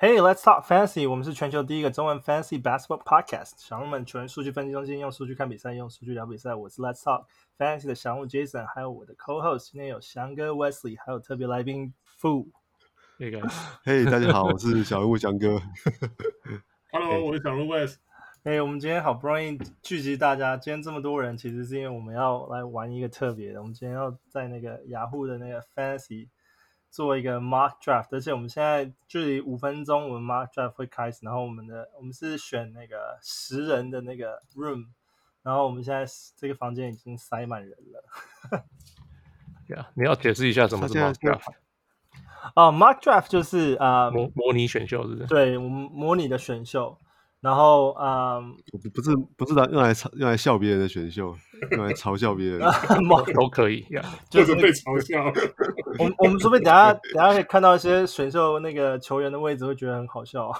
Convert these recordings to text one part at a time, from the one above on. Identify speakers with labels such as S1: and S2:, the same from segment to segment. S1: Let's Talk Fantasy，我们是全球第一个中文 Fantasy Basketball Podcast。小鹿们全数据分析中心，用数据看比赛，用数据聊比赛。我是 Let's Talk Fantasy 的祥物 Jason，还有我的 Co-host，今天有翔哥 Wesley，还有特别来宾 Fu。
S2: 那个
S3: 嘿大家好，我是小鹿翔哥。
S2: 对
S4: Hello，我是小鹿 West。
S1: 哎、我们今天好不容易聚集大家，今天这么多人，其实是因为我们要来玩一个特别的。我们今天要在那个雅虎的那个 Fantasy 做一个 mock draft，而且我们现在距离五分钟，我们 mock draft 会开始。然后我们的我们是选那个十人的那个 room，然后我们现在这个房间已经塞满人了。
S2: 呀，你要解释一下什么是
S3: 他
S2: mock
S3: 现在
S2: draft
S1: 哦、m o c k draft 就是啊、
S2: 模模拟选秀，是不是？
S1: 对我们模拟的选秀，然后啊、
S3: 我不不是不是拿用来嘲用来笑别人的选秀，用来嘲笑别人。
S1: 模
S2: 都可以呀。
S1: 就
S4: 或
S1: 是
S4: 者被嘲笑，
S1: 我们我们说不定等 下等下可以看到一些选秀那个球员的位置，会觉得很好笑、 啊，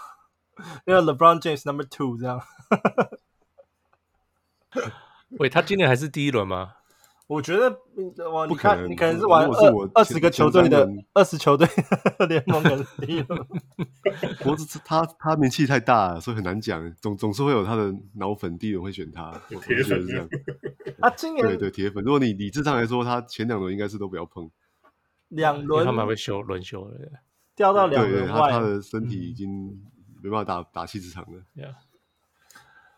S1: 因为 LeBron James number two 这样，
S2: 喂，他今年还是第一轮吗？
S1: 我觉得嗯哇，你
S3: 不可能
S1: 看你可能是玩
S3: 如果是
S1: 二
S3: 我
S1: 二
S3: 前
S1: 十个球队
S3: 前
S1: 的
S3: 三轮
S1: 二十球队联盟的 第一轮，
S3: 不过是他他名气太大了，所以很难讲，总总是会有他的脑粉第一轮会选他，我我
S4: 铁
S3: 是觉得
S4: 粉
S3: 是这样。
S1: 啊，今
S3: 对
S1: 年
S3: 对，铁粉。如果你理智上来说，他前两轮应该是都不要碰。
S1: 两
S2: 因为他们还
S1: 轮
S2: 会休轮休的。
S1: 掉到
S3: 对
S1: 两
S3: 对，
S1: 轮
S3: 他他
S1: 外，嗯
S3: 的身体已经没办法打打气市场了。
S2: 呀，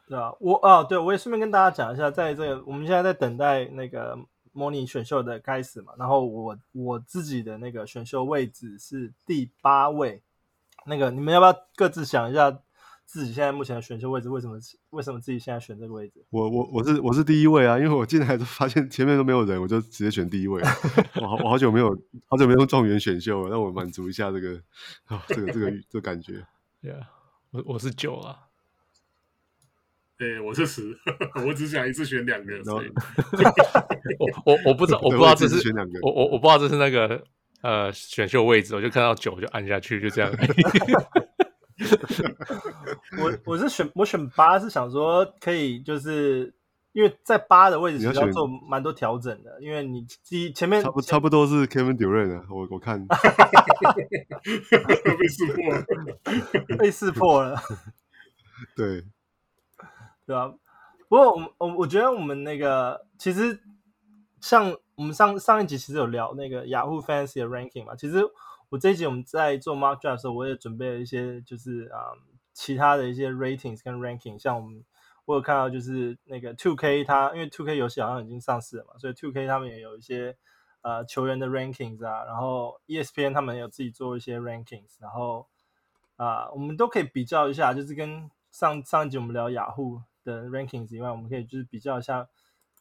S1: 对吧、我啊，对我也顺便跟大家讲一下，在这个我们现在在等待那个模拟选秀的开始嘛，然后我我自己的那个选秀位置是第八位，那个你们要不要各自想一下自己现在目前的选秀位置？为什么为什么自己现在选这个位置？
S3: 我我我是我是第一位啊，因为我进来就发现前面都没有人，我就直接选第一位了。我好我好久没有好久没用状元选秀了，让我满足一下这个啊、这个这个这个感觉。
S2: 呀，我我是九啊。
S4: 对，我是十， 我只想一次选两个，
S3: 然后
S4: 所以
S2: 我我我 不知道，我
S3: 对
S2: 不知道
S3: 我也
S2: 这
S3: 只
S2: 是
S3: 选两个
S2: 我我我不知道这是那个呃选秀位置，我就看到九就按下去，就这样而 已。
S1: 我我是选我选八是想说可以就是。因为在八的位置
S3: 你
S1: 其
S3: 要
S1: 实要
S3: 选
S1: 做蛮多调整的，因为你第一前面
S3: 差不差不多是 Kevin Durant 啊，我我 看
S4: 被识破了。
S1: 被识破了，
S3: 对，
S1: 对啊，不过我们我我觉得我们那个其实像我们上上一集其实有聊那个雅虎 Fantasy 的 ranking 嘛，其实我这一集我们在做 mock draft 的时候，我也准备了一些就是啊、嗯其他的一些 ratings 跟 ranking，像我们我有看到就是那个 Two K 它因为 Two K 游戏好像已经上市了嘛，所以 Two K 他们也有一些呃球员的 rankings 啊，然后 ESPN 他们也有自己做一些 rankings，然后啊、我们都可以比较一下，就是跟上上一集我们聊雅虎的 rankings 以外，我们可以就是比较一下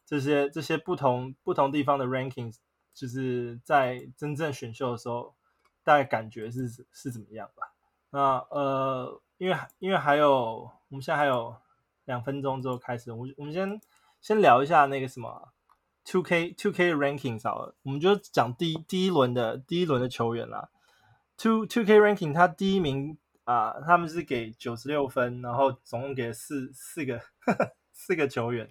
S1: 这些这些不同不同地方的 rankings，就是在真正选秀的时候，大概感觉是是怎么样吧？那呃，因为因为还有我们现在还有两分钟之后开始，我我们先先聊一下那个什么 two K two K rankings 好了，我们就讲第一第一轮的第一轮的球员啦。two two K ranking 他第一名啊、他们是给九十六分，然后总共给了四四个 四个球员，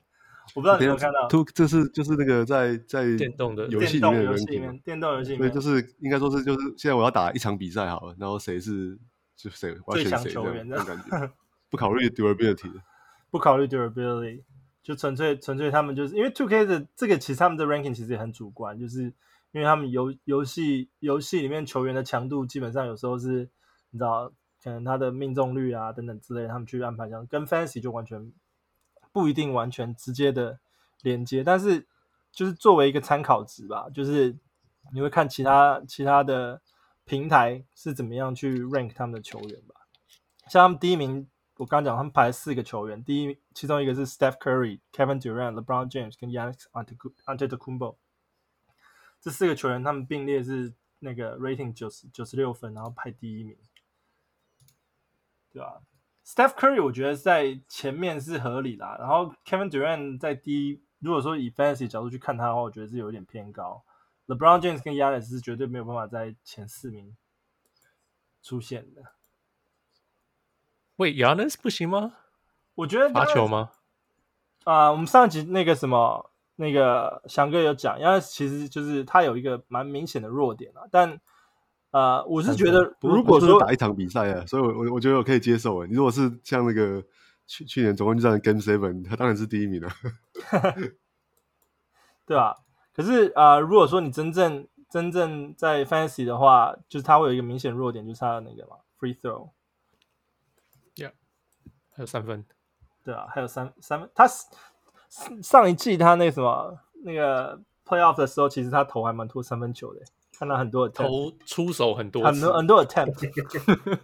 S1: 我不知道你有没有看到
S3: 都这是就是那个在在
S2: 电动的
S3: 游戏
S1: 电动
S3: 里面的
S1: 游戏里
S3: ranking
S1: 面
S3: 嘛，
S1: 电动游戏里
S3: 所以
S1: 面
S3: 就是应该说是就是现在我要打一场比赛好了，然后谁是就谁我要
S1: 最
S3: 选
S1: 强
S3: 谁
S1: 球
S3: 这
S1: 员
S3: 样
S1: 这
S3: 这
S1: 样
S3: 种感觉，不考虑 durability 的
S1: 不考虑 durability，就纯粹纯粹他们就是因为 Two K 的这个其实他们的 ranking 其实也很主观，就是因为他们游游戏游戏里面球员的强度基本上有时候是你知道可能他的命中率啊等等之类的，他们去安排这样，跟 Fancy 就完全不一定完全直接的连接，但是就是作为一个参考值吧，就是你会看其他其他的平台是怎么样去 rank 他们的球员吧。像他们第一名，我刚刚讲他们排了四个球员，第一其中一个是 Steph Curry、Kevin Durant、LeBron James 跟 Yanis Antetokounmpo，这四个球员他们并列是那个 rating 九十九十六分，然后排第一名，对吧、s t e p h Curry 我觉得在前面是合理啦，然后 Kevin Durant 在第一，如果说以 fantasy 角度去看他的话，我觉得是有点偏高。LeBron James 跟 Yanis 是绝对没有办法在前四名出现的。
S2: 喂，Yanis 不行吗？
S1: 我觉得
S2: 罚
S1: Giannis-
S2: 球吗？
S1: 啊、我们上一集那个什么，那个翔哥有讲，因为其实就是他有一个蛮明显的弱点啊，但呃，我是觉得
S3: 不
S1: 如果
S3: 不是
S1: 说
S3: 打一场比赛啊，所以我我我觉得我可以接受。哎，你如果是像那个去去年总冠军战的 Game Seven，他当然是第一名啊了、
S1: 对吧、可是啊、呃如果说你真正真正在 fantasy 的话，就是它会有一个明显弱点，就是它的那个嘛 free throw，
S2: 还有三分，
S1: 对啊，还有三三分，他上一季他那个什么那个 playoff 的时候，其实他投还蛮多三分球的，看到很多 attempt，
S2: 投出手很多
S1: 很
S2: 次
S1: 多很多 attempt，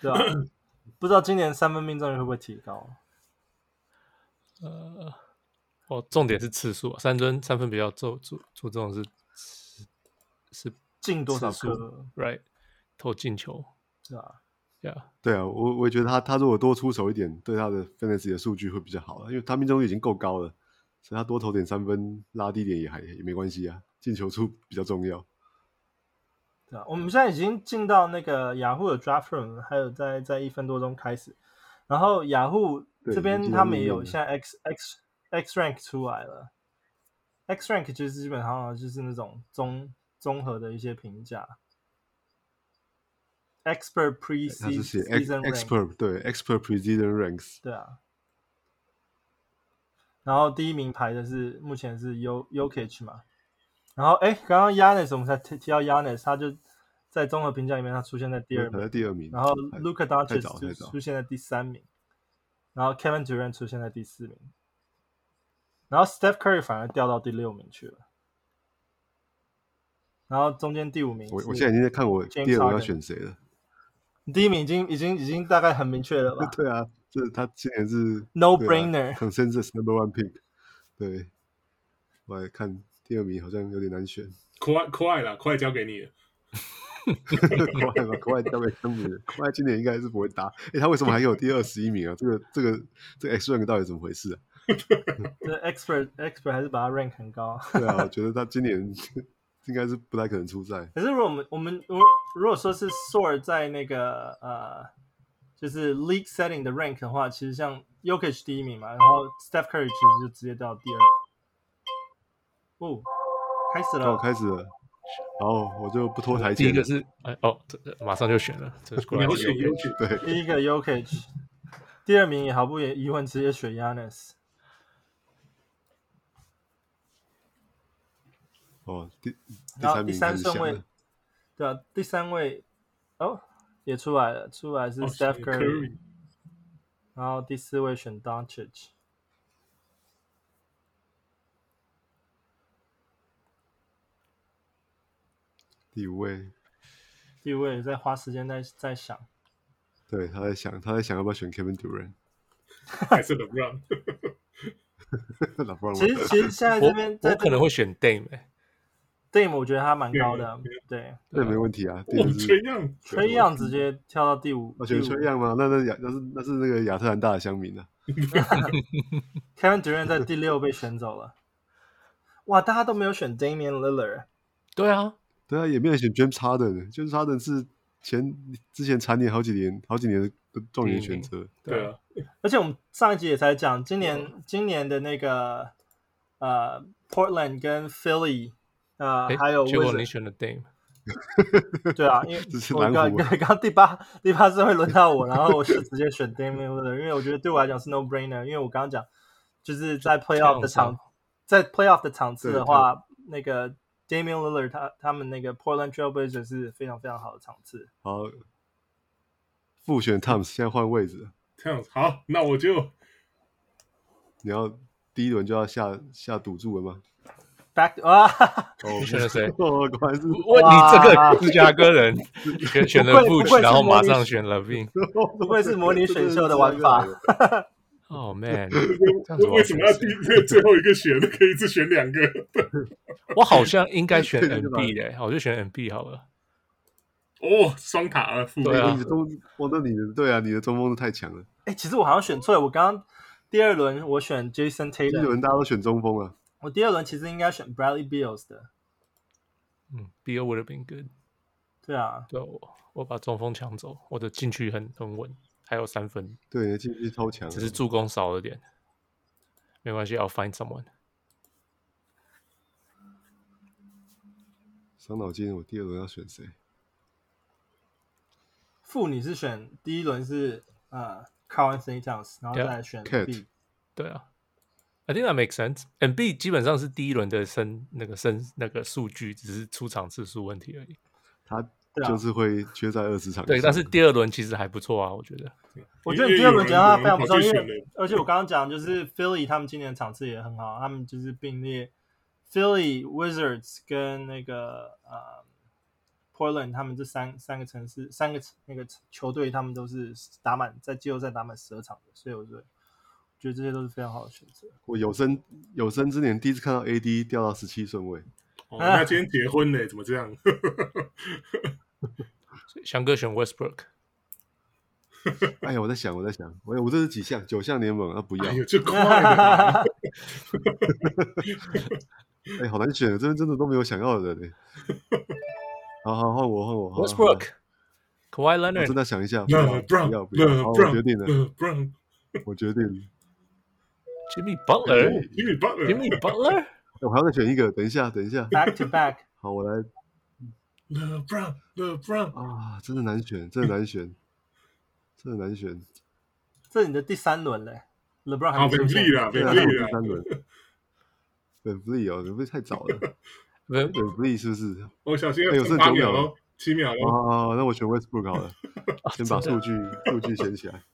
S1: 对吧、不知道今年三分命中率会不会提高？
S2: 呃，哦，重点是次数啊，三分三分比较注注注重是是是
S1: 进多少
S2: 次数
S1: 颗？
S2: right 投进球
S1: 是吧？
S2: ，yeah，
S3: 对啊，我我也觉得他他如果多出手一点，对他的 fantasy 的数据会比较好啊，因为他命中率已经够高了，所以他多投点三分拉低一点也还也没关系啊，进球数比较重要。
S1: 对啊，我们现在已经进到那个雅虎的 draft room，还有在在一分多钟开始，然后雅虎
S3: 对
S1: 这
S3: 已
S1: 边
S3: 经
S1: 他们也
S3: 有
S1: 有
S3: 那个
S1: 现在 x x x rank 出来了，x rank 就是基本上就是那种综综合的一些评价，expert pre
S3: 他是写 ex-
S1: season rank，
S3: expert 对 expert precision ranks，
S1: 对啊，然后第一名排的是目前是 U U K H 嘛，然后哎，刚刚 Yanis 我们才提提到 Yanis，他就在综合评价里面他出现在第二
S3: 排
S1: 名
S3: 在，第二名。
S1: 然后
S3: 哎
S1: Luka
S3: 太
S1: Doncic
S3: 早太
S1: 就
S3: 早
S1: 出现在第三名，然后 Kevin Durant 出现在第四名，然后 Steph Curry 反而掉到第六名去了，然后中间第五名是，
S3: 我我现在已经在看我
S1: James
S3: 第二轮要
S1: Harden
S3: 选谁了。
S1: 第一名已经已经已经大概很明确了吧
S3: 对啊，这他今年是
S1: No
S3: 对啊
S1: brainer
S3: consensus number one pick。对，我来看第二名好像有点难选，
S4: 快快了，快交给你了。
S3: 国外吧，国外交给汤姆，国外今年应该是不会打。诶，他为什么还有第二十一名啊？这个这个这个 X rank 到底怎么回事啊？
S1: 这 expert expert 还是把他 rank 很高啊。
S3: 对啊，我觉得他今年应该是不太可能出赛。
S1: 可是如果我们我们如如果说是 Soar 在那个呃，就是 League Setting 的 Rank 的话，其实像 y o k i c h 第一名嘛，然后 Steph Curry 其实就直接掉第二。哦，开始
S3: 那我
S1: 了，
S3: 开始了，然后我就不拖台
S2: 第一
S3: 前
S2: 个
S3: 了。
S2: 是哎哦，这这马上就选了， 这果
S4: 你
S2: 然
S4: 要
S2: 是
S4: 选
S2: 有
S4: 优选，
S3: 对，
S1: 第一个 y o k i c h 第二名也毫不疑问直接选 Yanis。
S3: 哦，第第
S1: 然后
S3: 三
S1: 第
S3: 名
S1: 三
S3: 开始
S1: 顺
S3: 想
S1: 位
S3: 了。，
S1: 对啊，第三位哦也出来了，出来是
S4: 哦
S1: Steph Curry，、
S4: Curry
S1: 然后第四位选 Doncic。
S3: 第五位，
S1: 第五位也在花时间在在想，
S3: 对，他在想，他在想要不要选 Kevin Durant。
S4: 还是 LeBron，
S3: 老不然
S1: 其实
S3: 我
S1: 其实现在
S2: 我
S1: 这边在
S2: 我可能会选 Dame，哎
S1: Dame 我觉得他蛮高的，对，
S3: 这没问题啊。第
S4: 我
S3: 五是
S4: 这样
S1: 崔样直接跳到第五，
S3: 我
S1: 第
S3: 选
S1: 五
S3: 崔样吗？那那亚那是那是那个亚特兰大的乡民啊，
S1: ，Kevin Durant 在第六被选走了，哇，大家都没有选 Damian Lillard，
S2: 对啊，
S3: 对啊，也没有选 James Harden，James Harden 是前之前蝉联好几年好几年的状元
S1: 嗯
S3: 选择，
S4: 对啊，
S1: 而且我们上一集也才讲，今年今年的那个呃 Portland 跟 Philly，呃
S2: 哎，
S1: 还有
S2: 结果你
S1: Wizard，
S2: 选了 Dame，
S1: 对 啊，因为
S3: 这是
S1: 我
S3: 蓝
S1: 刚
S3: 湖啊
S1: 刚 刚第八第八顺会轮到我，然后我是直接选 Damian Lillard，因为我觉得对我来讲是 no brainer，因为我刚刚讲就是在 playoff 的
S2: 这样
S1: 场，在 playoff 的场次
S3: 对
S1: 的话，那个 Damian Lillard 他他们那个 Portland Trailblazers 是非常非常好的场次，
S3: 然后复选 Thomas，现在换位置，
S4: 这样子好，那我就
S3: 你要第一轮就要下下赌注了吗？
S1: back 啊，
S3: 哦，？
S2: 你选了谁
S3: 哦，果然是
S2: 我你这个芝加 哥人选选了
S1: 不愧不
S2: Bush，
S1: 愧是
S2: 然后马
S1: 魔力
S2: 上选了 Vin，
S1: 不愧 是 模拟选秀的玩法，
S3: 啊
S2: 哦 man，这样子
S4: 为为什么要第这个最后一个选？ 可以一次选两个，
S2: 我好像应该选
S3: 对对对
S2: NB 的，我就选 NB 好了。
S4: 哦，双塔啊，负
S2: 对啊
S3: 你的中，我那你的对啊，你的中锋是太强了，
S1: 哎，其实我好像选错了，我刚刚第二轮我选 Jason
S3: 第一
S1: Tatum，
S3: 轮大家都选中锋啊，
S1: 我第二轮其实应该选 Bradley Beals 的，
S2: 嗯，Bill would have been good。
S1: 对啊，
S2: 对，我我把中锋抢走，我的禁区很很稳，还有三分，
S3: 对，你的禁区超强啊，
S2: 只是助攻少了点，没关系，I'll find someone。
S3: 伤脑筋，我第二轮要选谁？
S1: 副你是选第一轮是呃 Carl Anthony Towns，然后再
S2: Yeah.
S1: 来选
S3: Cat
S1: B。
S2: 对啊，I think that makes sense。M B 基本上是第一轮的升那个升那个数据，只是出场次数问题而已。
S3: 他
S1: 对啊
S3: 就是会缺在二十场以上。
S2: 对，但是第二轮其实还不错啊，我觉得。
S1: 我觉得你第二轮讲到非常不错，因
S4: 因为有人
S1: 为而且我刚刚讲就是 Philly 他们今年场次也很好，他们就是并列 Philly Wizards 跟那个呃 Portland 他们这三三个城市三个那个球队，他们都是打满在季后赛打满十二场的，所以我觉得觉得这些都是非常好的选择。
S3: 我有生有生之年第一次看到 AD 掉到十七顺位，
S4: 哦，那今天结婚呢？怎么这样？
S2: 所以翔哥选 Westbrook，
S3: 哎呀，我在想，我在想，我我这是几项？九项联盟啊，不要，
S4: 哎呦，这快了！
S3: 哎，好难选，这边真的都没有想要的人哎。好好换我换我好好
S2: Westbrook、Kawhi
S3: 好我真
S2: Leonard、
S3: 的想一下，不
S4: 那
S3: 要
S4: Brown，
S3: 不要不
S4: 那
S3: 要，好，我
S4: Brown，
S3: 决定了，
S4: 呃，Brown，
S3: 我决定了，哎
S2: Jimmy
S4: 哦
S2: Butler、
S4: ，Jimmy Butler，
S2: Jimmy Butler，
S3: 哎我还要再选一个，等一下等一下，
S1: Back to back，
S3: 好，我来
S4: 那 Brown，那 Brown，
S3: 啊，真的难选，真的难选，真的难选，
S1: 这是你的第三轮嘞，LeBron 还
S4: 好，
S1: 没
S4: 本
S1: 出现
S4: 利啦，
S3: 对
S4: 本
S3: 啊，
S4: 利
S3: 那我第
S4: 啦，
S3: 三轮，本不利哦，本不利太早了，
S2: 不是
S3: 本不利是不是？
S4: 我哦小心
S3: 哎
S4: 要
S3: 有剩
S4: 八
S3: 九
S4: 秒
S3: 秒了
S4: 喽，七秒喽，
S3: 啊，那我选 Westbrook 好了，先把
S2: 真的
S3: 数据数据选起来，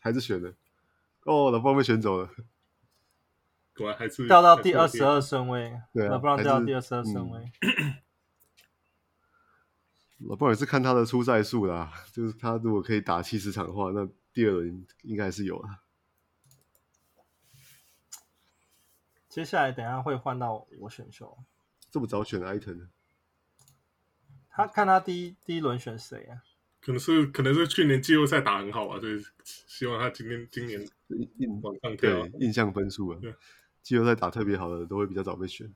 S3: 还是选的。哦，老方被选走了。
S4: 果然还是
S1: 掉到第二十
S4: 还是
S1: 二顺位
S3: 对啊
S1: ，LeBron
S3: 还
S1: 掉到
S3: 是
S1: 第二十二顺
S3: 嗯
S1: 位。
S3: 老布也是看他的出赛数啦，就是他如果可以打七十场的话，那第二轮应该是有啊啦。
S1: 接下来等一下会换到我选秀，
S3: 这么早选 item，
S1: 他看他第一第一轮选谁啊？
S4: 可能是可能是去年季后赛打很好啊，所以希望他今天今年
S3: 印印
S4: 往上跳啊
S3: 对。印象分数啊
S4: 对，
S3: 季后赛打特别好的都会比较早被选。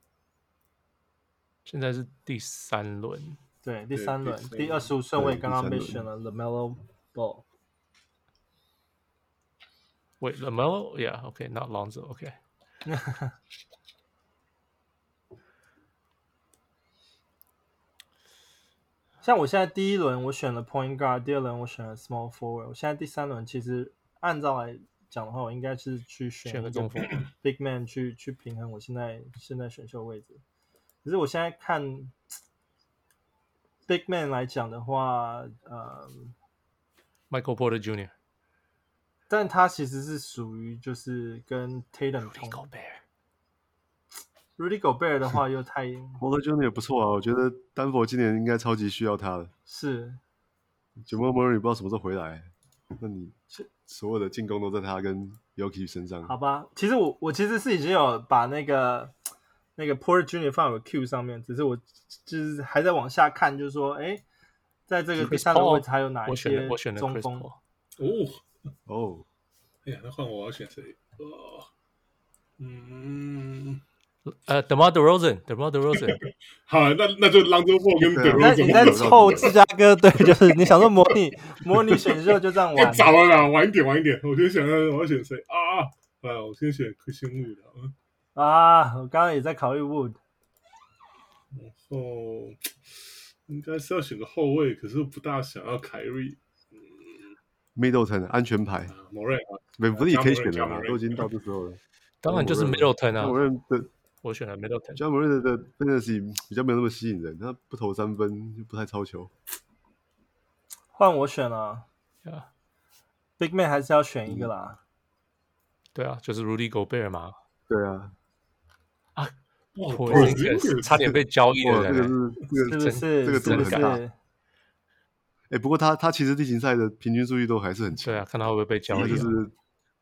S2: 现在是第三轮。
S1: 对，第
S4: 对
S1: 三
S4: 第
S1: 轮
S4: 三
S1: 第二
S4: 轮
S1: 十五顺位
S3: 对
S1: 刚
S3: 第
S1: 刚
S3: 三
S1: 被
S3: 轮
S1: 选了 Lamelo Ball。
S2: Wait, Lamelo? Yeah, okay, not Lonzo. Okay.
S1: 像我现在第一轮我选了 Point Guard，第二轮我选了 Small Forward，我现在第三轮其实按照来讲的话，我应该是去选
S2: 选个
S1: 一
S2: 中锋
S1: Big Man 去去平衡我现在现在选秀位置。可是我现在看 Big Man 来讲的话，呃，
S2: Michael Porter Jr.
S1: 但他其实是属于就是跟 Tatum 同
S2: Gobert.
S1: Rudy Gobert 的话又太
S3: 摩托 Junior 不错啊，我觉得丹佛今年应该超级需要他的。
S1: 是
S3: Jamal Murray 不知道什么时候回来，那你所有的进攻都在他跟 Yoki 身上。
S1: 好吧，其实我我其实是已经有把那个那个 Porter Junior 放在我 Q 上面，只是我就是还在往下看，就是说，哎，在这个
S2: Chris
S1: 第三轮
S2: Paul，
S1: 位置还有哪一
S2: 哦我选
S1: 些
S2: 的我选的
S1: 中
S2: Chris
S1: 锋？
S2: Paul。
S4: 哦，
S3: 哦，
S4: 哎呀，那换我要选谁？哦，嗯，
S2: 呃，Demar Derozan，Demar Derozan，
S4: 好，那那就 Lonzo Ball 跟
S3: 对啊
S1: 你在
S4: DeRozan
S1: 你在
S4: 吧
S1: 凑芝加哥队，就是你想说模拟模拟选秀就这样
S4: 太
S1: 玩，
S4: 哎
S3: 哎
S4: 早了啦，晚一点，晚一点。我就想要我要选谁啊？啊，我先选 Christian Wood 啊。
S1: 啊！我刚刚也在考虑 Wood，
S4: 然后应该是要选个后卫，可是不大想要凯瑞
S3: Middleton 安全牌
S4: 啊，某人啊，
S3: 本不利可以选的
S4: 加
S3: 啦
S4: 莫，瑞
S3: 都已经到这时候了。
S2: 当然就是 Middleton
S3: 那
S2: 啊
S3: 我，认对
S2: 我选了 Middleton。
S3: John Moran 的呃 fantasy 比较没有那么吸引人，他不投三分就不太超球。
S1: 换我选了
S2: Yeah，
S1: Big Man 还是要选一个啦。
S2: 对啊，就是 Rudy Gobert 嘛，
S3: 对啊，哦
S4: 哇
S2: p o
S4: ，Porzingis
S2: i z i n g 差点被交易
S3: 哇，
S2: 的
S3: 哦这个
S2: 人欸，
S3: 是嗯这
S1: 是不是？
S3: 个，这个
S1: 是
S3: 真
S1: 不
S3: 的很大
S1: 是？
S3: 哎，不过他他其实例行赛的平均数据都还是很强
S2: 对，啊，看他会不会被交
S3: 他
S2: 易
S3: 就
S2: 啊。
S3: 是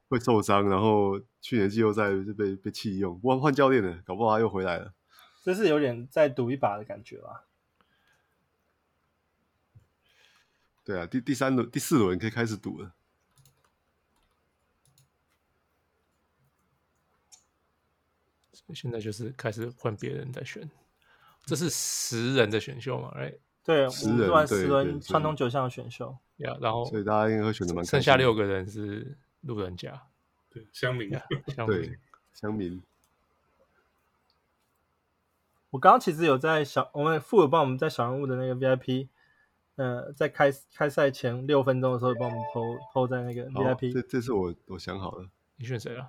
S3: 会受伤，然后去年季后赛就被被弃用，不过换教练了，搞不好他又回来了。
S1: 这是有点再赌一把的感觉啦。
S3: 对啊，第第三轮、第四轮可以开始赌了。
S2: 所以现在就是开始换别人在选，这是十人的选秀嘛，Right？Yeah，
S1: 对，我
S3: 十
S1: 们
S3: 人
S1: 做完
S3: 对
S1: 十
S3: 对
S1: 轮
S3: 对
S1: 传统九项选秀，
S2: 啊然后
S3: 所以大家应该会选的蛮
S2: 哦剩下六个人是路人甲，
S4: 对，香菱啊
S2: Yeah，像
S3: 对乡民，
S1: 我刚刚其实有在小我们富有帮我们在小人物的那个 VIP 呃，在开开赛前六分钟的时候帮我们抛抛在那个
S3: 好
S1: VIP
S3: 哦这这是我我想好了，
S2: 你选谁啊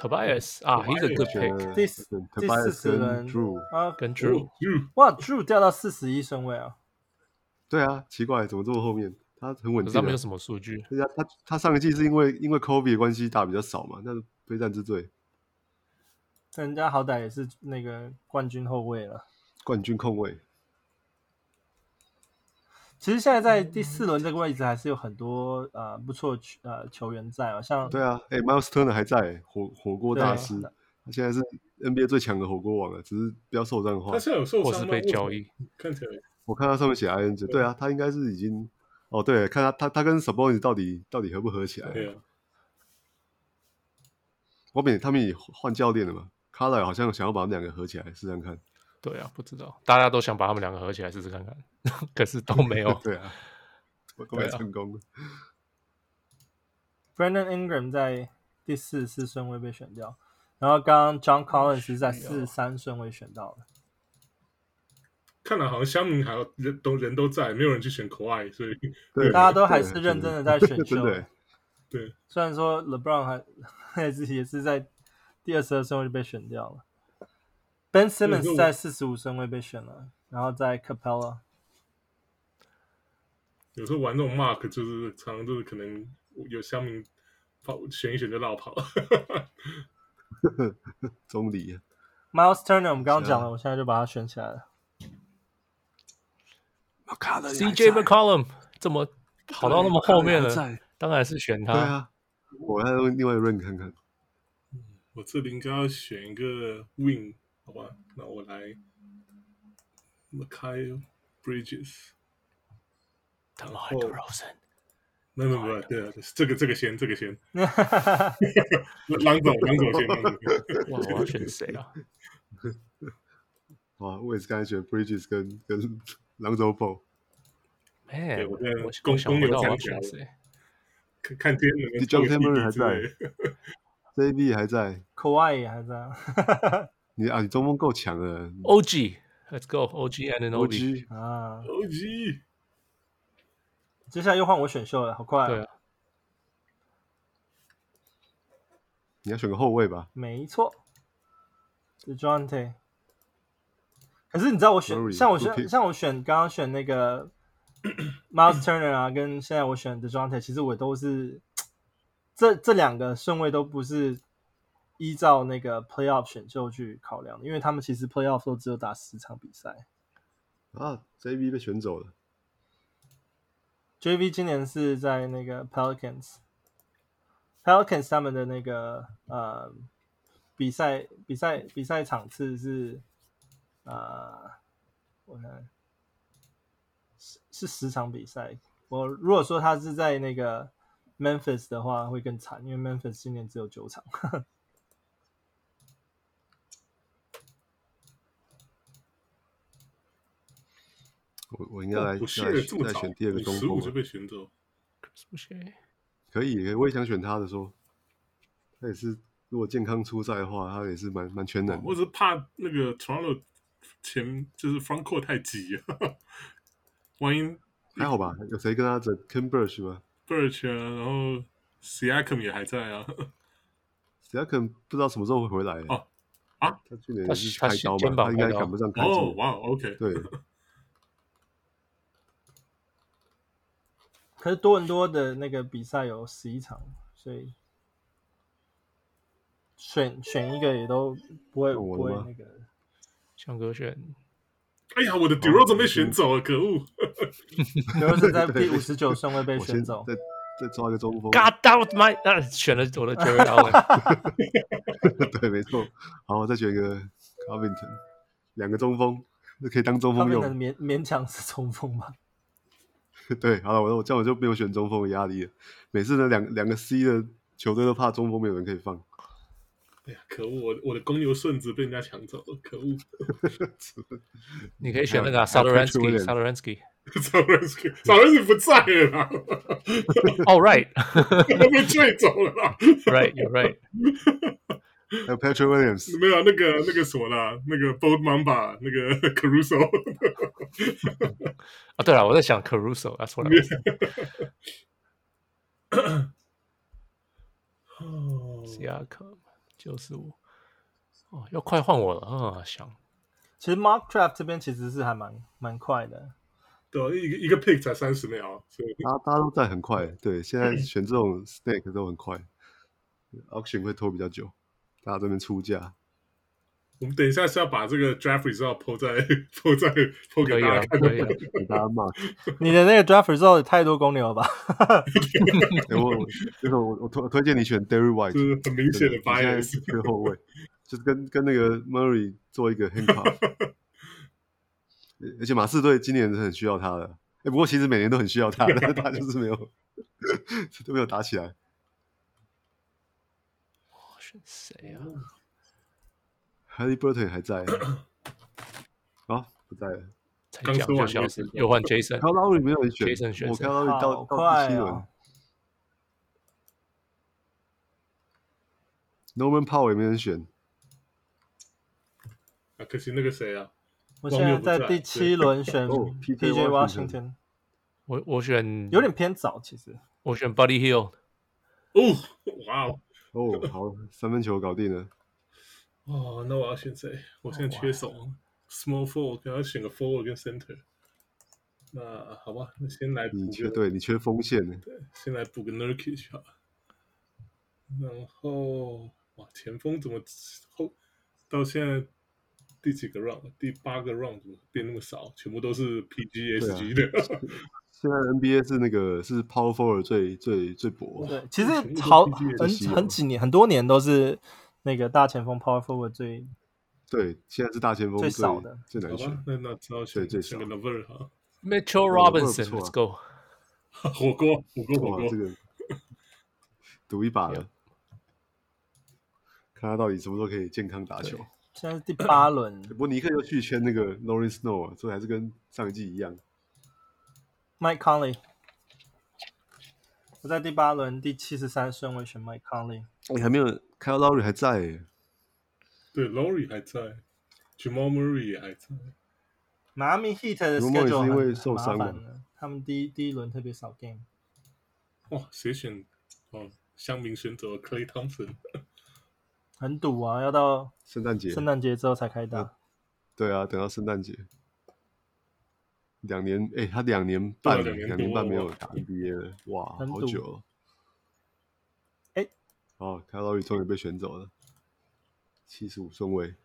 S2: ？Tobias 啊，He's a good
S3: 选哦
S2: pick，
S1: 第四
S3: 选
S1: 第
S3: Tobias
S1: 四十
S3: 跟
S1: 轮
S3: Drew，
S1: 啊！
S2: 跟
S4: 嗯
S2: Drew
S1: 哇，Drew 掉到四十一顺位啊！
S3: 对啊，奇怪，怎么这么后面？他很稳
S2: 可是
S3: 定
S2: 他
S3: 啊。
S2: 没有什么数据。
S3: 对啊，他他上一季是因为因为 Kobe 的关系打比较少嘛，那非战之罪
S1: 人家好歹也是那个冠军后卫了。
S3: 冠军控卫，
S1: 其实现在在第四轮这个位置还是有很多呃不错的球呃球员在啊，像
S3: 对啊，哎、m i l e s Turner 还在、火火锅大
S1: 对
S3: 师，他现在是 NBA 最强的火锅王了，啊只是不要受伤的话
S4: 他，现在有受
S2: 或
S4: 伤
S2: 是
S4: 吗？
S2: 被交
S4: 为什
S2: 易，
S4: 么看起来
S3: 我看他上面写 ING，对啊，他应该是已经哦，对，看他他他跟 Sabonis 到底到底合不合起来？
S4: 对啊，
S3: 后面他们也换教练了嘛 c a r l 好像想要把他们两个合起来试试看，。
S2: 对啊，不知道，大家都想把他们两个合起来试试看 看，可是都没有
S3: 对 啊，我都没
S2: 对啊
S3: 成功。
S1: Brandon Ingram 在第四十四顺位被选掉，然后刚刚 John Collins 是在
S2: 是哦
S1: 四十三顺位选到了。
S4: 看来好像乡民还有人都人都在，没有人去选 k a w i 所以
S3: 对，
S1: 啊大家都还
S3: 对
S1: 是认真的在选
S3: 真
S1: 秀。
S3: 的
S4: 对
S1: 虽然说 LeBron 还也是也是在第二十二顺位就被选掉了，Ben
S4: 那
S1: Simmons
S4: 我
S1: 在四十五顺位被选了，然后在 Capella
S4: 有时候玩这种 mark 就是常常就是可能有乡民跑选一选就绕跑了。
S3: 中理啊
S1: Miles Turner 我们刚刚讲了，我现在就把他选起来了。
S2: CJ McCollum 这么跑到那么后面了，当然是选他。
S3: 对啊，我还用另外一个 r 看看。
S4: 我这里应该要选一个 win，好吧？那我来 m i c a e Bridges。
S2: 他
S4: 然
S2: 妈
S4: 后
S2: 的 Rosen，
S4: 没有没有没有，对啊，这个这个先，这个先，狼总狼总先，狼总
S2: 哇，我
S4: 先。
S2: 要选谁 啊？
S3: 哇，我也是刚才选 Bridges 跟跟狼走 o
S2: 哎，
S4: 我
S2: 我
S4: 现
S2: 我
S4: 在公
S2: 我想
S4: 公
S2: 不
S4: 牛
S2: 到我要
S4: 参选
S2: 选谁。
S4: 看看今天能
S3: John
S4: 抽个
S3: Cameron 还
S4: TD 之类的
S3: JB 还在，
S1: Kawhi 也还在啊，
S3: 你啊，你中锋够强了
S4: 哦
S2: OG，Let's go，OG and an OB。
S3: ，OG
S1: 啊，
S4: OG
S1: 接下来又换我选秀了，好快、
S2: 对啊，
S3: 你要选个后卫吧
S1: 没错 d e j o n t e 可是你知道我选
S3: Murray，
S1: 像我
S3: good
S1: 选
S3: pick
S1: 像我选刚刚选那个 Miles Turner 啊，跟现在我选 d e j o n t e 其实我都是这这两个顺位都不是依照那个 Playoff 选秀去考量的，因为他们其实 Playoff 都只有打十场比赛。
S3: 啊，JB 被选走了，
S1: JV 今年是在那个 Pelicans，Pelicans 他们的那个呃比赛比赛比赛场次是呃我看是是十场比赛。我如果说他是在那个 Memphis 的话，会更惨，因为 Memphis 今年只有九场。
S3: 我我应该来
S4: 哦不
S3: 再
S4: 屑
S3: 来
S4: 这么
S3: 再
S4: 早，
S3: 选第二个中
S4: 十五就
S3: 锋啊，
S4: 被选走，
S2: 不行，
S3: 可以，可以我也想选他的说，他也是如果健康出赛的话，他也是蛮蛮全能
S4: 我
S3: 的，
S4: 只是怕那个 Toronto 前就是 front court 太挤了， 万一
S3: 还好吧？有谁跟他争 k e m b r g e 吗
S4: Birch 啊，然后 Siakam 也还在啊，
S3: s t a c k e n 不知道什么时候会回来
S4: 哦啊，
S3: 他去年
S2: 他
S3: 是
S2: 他
S3: 开刀
S2: 肩
S3: 嘛，
S2: 膀
S3: 他应
S2: 开
S3: 该
S2: 刀
S3: 赶不上开
S4: 哦，
S3: 季，
S4: 哇，OK，
S3: 对，
S1: 可是多伦多的那个比赛有十一场，所以选选一个也都不会
S3: 那我
S1: 不
S3: 的
S1: 会
S3: 吗
S1: 那个。
S2: 翔哥选
S4: 哎呀，我的 d e r o z 被选走了，可恶！
S1: 德是在第五十九顺位被
S3: 我先
S1: 选走
S3: 再。再抓一个中锋，
S2: God out my，啊选了我的 Jared Allen，
S3: 对，没错。好，我再选一个 Covington，两个中锋，那可以当中
S1: 他
S3: 锋
S1: 们能勉
S3: 用。
S1: 勉强是冲锋吧？
S3: 对，好了，我我这样我就没有选中锋的压力了。每次呢，两两个 C 的球队都怕中锋没有人可以放，
S4: 哎呀，可恶，我我的公牛顺子被人家抢走了，可 恶！
S2: 你可以选那个啊
S3: 还有 Patrick Williams
S2: Saloransky，Saloransky。
S4: 找人是找人是不在了啦，
S2: All Oh, right，
S4: 被追走了啦。
S2: right, you're right。
S3: 还有 Patrick Williams，
S4: 没有啊那个那个什么啦，那个 Bold Mamba，那个 Caruso，
S2: 啊，对了，我在想 Caruso，that's what I was thinking. 啊
S4: 哦，
S2: Siakam 就是我，哦，要快换我了啊！想
S1: 其实 Mark Trap 这边其实是还蛮蛮快的，
S4: 对啊，一个一个 pick 才三十秒，啊所以
S3: 大家大家都在很快，对，现在选这种 stake 都很快，auction 会拖比较久，大家这边出价，
S4: 我们等一下是要把这个 draft result 抛在抛在抛
S2: 可
S4: 给
S2: 以
S4: 大
S2: 啊，
S4: 家看
S2: 可以
S4: 的。
S2: 啊，
S3: 给大家 骂。
S1: 你的那个 draft result 也太多公牛了吧？
S3: 哎，我我就是我我推推荐你选 Derry White，
S4: 就是很明显的
S2: 啊
S4: bias，
S3: 缺后卫，就是跟跟那个 Murray 做一个 handcuff。而且马刺队今年是很需要他的，哎，不过其实每年都很需要他，但是他就是没有 都没有打起来。
S2: 哦选谁啊？
S3: Harry Burton 还在，啊，不在了。
S2: 才
S4: 刚
S2: 讲
S4: 说
S2: 就
S4: 完
S2: 消
S4: 就
S2: 失
S4: 是，
S2: 又换 Jason，
S3: 卡拉瑞没有人选，
S2: Jason 选
S3: 我
S2: 谁
S3: 看到瑞
S1: 好
S3: 到到
S1: 快
S3: 第七轮
S1: 哦
S3: ，Norman Powell 也没人选，
S4: 啊，可惜那个谁啊，
S1: 我现在在第七轮选
S3: 哦
S1: PJ
S3: PJ
S1: Washington，
S2: 我我选
S1: 有点偏早其实。
S2: 我选 Buddy Hill，
S4: 哦，哇哦，
S3: 哦，好，三分球搞定了。
S4: 哦，那我要选谁？我现在缺手、small forward，给他选个 forward 跟 center。那好吧，那先来补
S3: 你缺
S4: 个，
S3: 对你缺锋线呢，
S4: 先来补个 Nurkic 好了。然后哇，前锋怎么后到现在第几个 round？第八个 round 怎么变那么少？全部都是 PGSG
S2: 啊
S4: 的。
S3: 现在 NBA 是那个是 power forward 最最最薄，
S1: 对，其实
S4: 全部都
S1: 好
S4: PG 也
S1: 很
S3: 稀有
S1: 很几年很多年都是那个大前锋 power forward 最
S3: 对，现在是大前锋
S1: 最
S3: 最
S1: 少的
S3: 最
S4: 好
S3: 难选
S4: 吧，。那那只好选
S3: 对最
S4: 选个
S3: 少
S4: Lover 哈，
S2: Mitchell
S3: 哦那不错
S2: Robinson，Let's go。
S4: 火锅火锅火
S3: 哇，这
S4: 锅，
S3: 个赌一把了，看他到底什么时候可以健康打球。
S1: 现在是第八轮
S3: 不过尼克又去签那个 Lawrence Snow，啊所以还是跟上一季一样。
S1: Mike Conley，我在第八轮第七十三顺位选 Mike Conley，
S3: 哎，还没有 Kyle Lowry 还在耶，
S4: 对 l o r i 还在，Jamal Murray 也还在。
S1: 迈阿密 Heat 的
S3: Romo 也是
S1: schedule
S3: 因为
S1: 很
S3: 受伤
S1: 很麻
S3: 了
S1: 烦的，他们第一第一轮特别少 game。
S4: 哇，谁选？哦，乡民选走了 Clay Thompson。
S1: 很堵啊，要到
S3: 圣诞节，
S1: 圣诞节之后才开打。
S3: 对啊，等到圣诞节，两年，哎，他两年
S4: 对啊
S3: 半，
S4: 两年
S3: 两年
S4: 多
S3: 半
S4: 了
S3: 没有
S4: 哇
S3: 打 NBA 了，哇，
S1: 很
S3: 好
S1: 赌
S3: 久了。
S1: 哎，
S3: 哦，Kyle Lowry 终于被选走了，七十五顺位。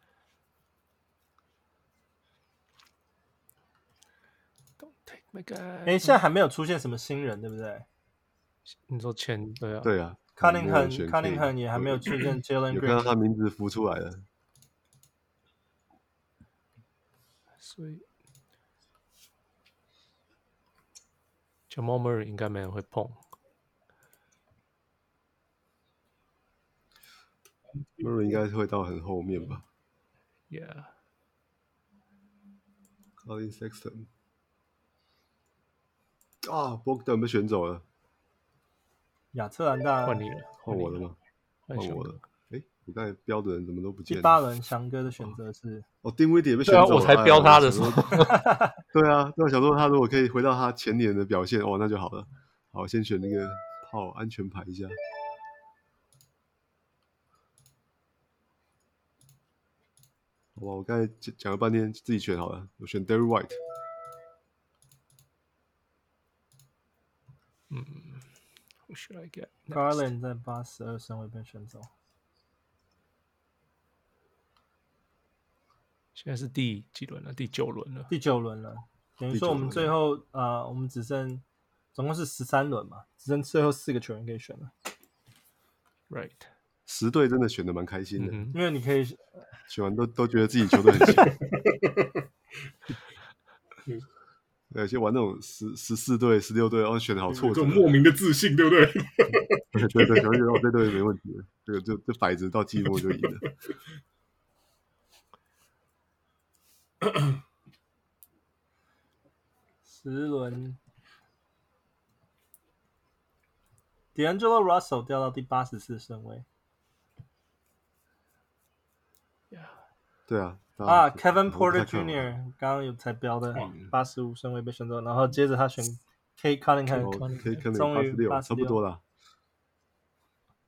S2: Don't take my guy。
S1: 哎、现在还没有出现什么新人，对不对
S2: 你说签对啊，
S3: 对啊
S1: c u
S3: 还
S1: n n i n
S3: 没有
S1: g h a
S3: 人
S1: m c
S3: 选
S1: u n n i n g h a m 也还没有出现 Jalen
S3: K，有看到
S1: Green。
S3: 他名字浮出来了。
S2: 所以 Jamal Murray 应该没人会碰。
S3: Murray 应该会到很后面吧。
S2: Yeah，
S3: Colin Sexton 啊，Bogdan 被选走了，
S1: 亚特兰大
S2: 换你了，
S3: 换我了吗？
S2: 换
S3: 换
S2: 熊
S3: 我
S2: 哥
S3: 了。。哎，我刚才标的人怎么都不
S1: 第
S3: 见
S1: 八
S3: 了？
S1: 轮翔哥的选择是
S3: 哦，丁威迪也被选
S2: 对啊，
S3: 走了。
S2: 我才
S3: 哎
S2: 标他的时
S3: 想
S2: 候
S3: 说， 对啊，那我想说他如果可以回到他前年的表现，哦，那就好了。好，先选那个炮安全牌一下。好吧，我刚才讲讲了半天，自己选好了，我选 Derry White。
S2: Who should I get next？
S1: Garland 在八十二顺位被选走。
S2: 现在是第几轮了？第九轮了。
S1: 第九轮了，等于
S3: 第九
S1: 说我
S3: 轮
S1: 们最后啊、呃我们只剩总共是十三轮嘛，只剩最后四个球员可以选了。
S2: Right，
S3: 十队真的选的蛮开心的，
S2: 嗯哼，
S1: 因为你可以，
S3: 选完都都觉得自己球队很 强
S4: 嗯。
S3: 对有些玩那种十十四队、十六队，然后选的好挫
S4: 这
S3: 折，
S4: 种莫名的自信，对不 对？
S3: 对对对，小觉得哦，这队没问题了，这个就这摆子到季末就赢了。
S1: 十轮，D'Angelo Russell 掉到第八十四顺位。
S3: 对啊，大家
S1: 啊
S3: 可
S1: ，Kevin
S3: 可能
S1: Porter
S3: 不太看好
S1: Jr. 刚刚有才标的
S4: 嗯
S1: 八十五顺位被选走，然后接着他选 K Cunningham，
S3: 哦可以可能
S1: 终
S3: 八
S1: 于
S3: 十六，
S1: 86
S3: 差不多啦。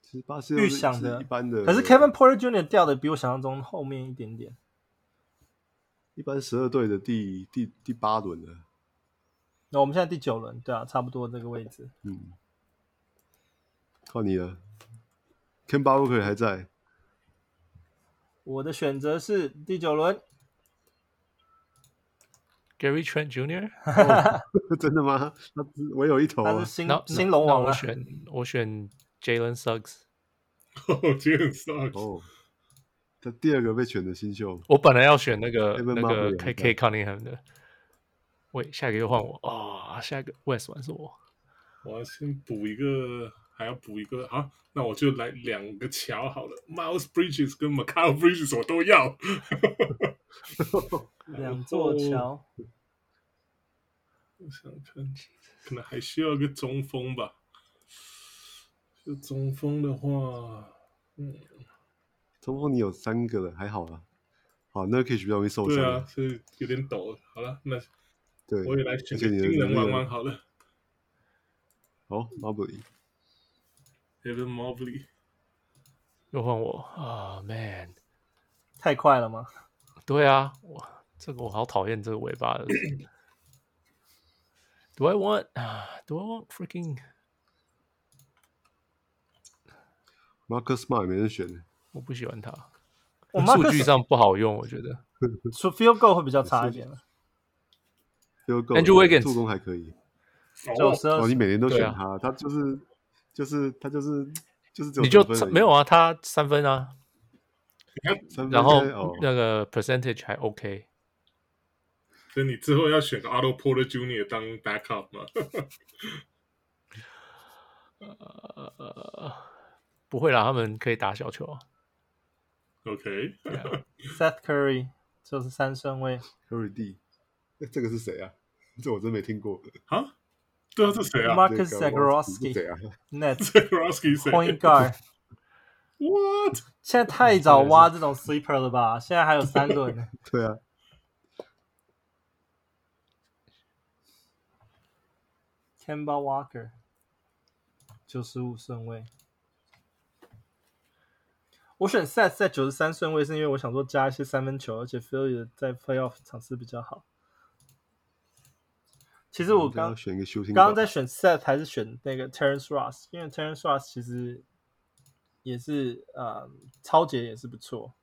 S3: 其实八十六
S1: 预想的
S3: 一般的，
S1: 可是 Kevin Porter Jr. 掉的比我想象中后面一点点。
S3: 一般十二队的第第第八轮的，
S1: 那我们现在第九轮，对啊，差不多这个位置。
S3: 嗯，靠你了。Ken b a r k e r 还在，
S1: 我的选择是第九轮，
S2: Gary Trent Jr.，
S3: 真的吗？他只我有一头
S1: 他是，
S3: 啊
S1: 新
S2: 那
S1: 新龙
S2: 那
S1: 王
S2: 我
S1: 了。
S2: 选我选 Jalen Suggs。
S4: 我觉得哦很 sucks。
S3: 哦，他第二个被选的新秀，
S2: 我本来要选那个
S3: Evan
S2: 那
S3: Mobley
S2: 个
S3: 也
S2: K
S3: 在
S2: K Cunningham 的，喂，下一个又换我啊、下一个 West 玩是我，
S4: 我要先补一个，还要补一个，好，那我就来两个桥好了，Miles Bridges 跟 m a c a o Bridges 我都要。
S1: 两座桥，
S4: 我想看，可能还需要一个中锋吧。就中锋的话，嗯，
S3: 中锋你有三个了，还好啦。好 n u r k i c 比较容易受
S4: 对
S3: 伤
S4: 啊，
S3: 啊，
S4: 所以有点抖。好了，那
S3: 对，
S4: 我也来
S3: 而
S4: 选
S3: 且
S4: 个
S3: 你的
S4: 新人
S3: 你的
S4: 玩玩好了
S3: 好 m a b l y
S4: ，Evan Mobley。
S2: 又换我啊、m a n
S1: 太快了吗？
S2: 对啊，我这个我好讨厌这个尾巴的。Do I want 啊？Do I want freaking？
S3: Marcus Smart 也没人选呢，
S2: 我不喜欢它，
S1: 我妈
S2: 数据上不好用，我觉得。
S1: 除 field goal 会比较差一点了，
S3: 就够
S2: Andrew Wiggins
S3: 助攻还可以。
S1: 九十二
S3: 哦，你每年都选
S2: 对啊
S3: 他，他就是就是他就是就是只有
S2: 你就
S3: 得分而已
S2: 没有啊？他三分啊，
S3: 三分
S2: 然后嗯
S3: 现在哦
S2: 那个 percentage 还 OK。
S4: 所以你之后要选个 Otto Porter Jr. 当 backup 吗？
S2: 呃，不会啦，他们可以打小球啊。
S4: OK，
S2: 对啊
S1: Seth Curry 就是三顺位，
S3: Curry D，哎这个是谁啊？这我真没听过。
S4: 啊，对啊，这谁啊
S1: Marcus
S3: 这个我忘
S1: Zagorowski
S3: 记是谁啊？
S1: Nets
S4: 这 r o s k y 谁
S1: point guard。
S4: ？What？
S1: 现在太早挖这种 sleeper 了吧？现在还有三轮，
S3: 对啊，
S1: Kemba Walker，九十五顺位。我选 Seth 在九十三顺位，是因为我想说加一些三分球，而且 Philly 的在 Playoff 场次比较好。其实我
S3: 应该要
S1: 刚
S3: 嗯选一个 shooting，
S1: 刚刚
S3: guard
S1: 在选 Seth 还是选那个 Terrence Ross，因为 Terrence Ross 其实也是呃超杰也是不错，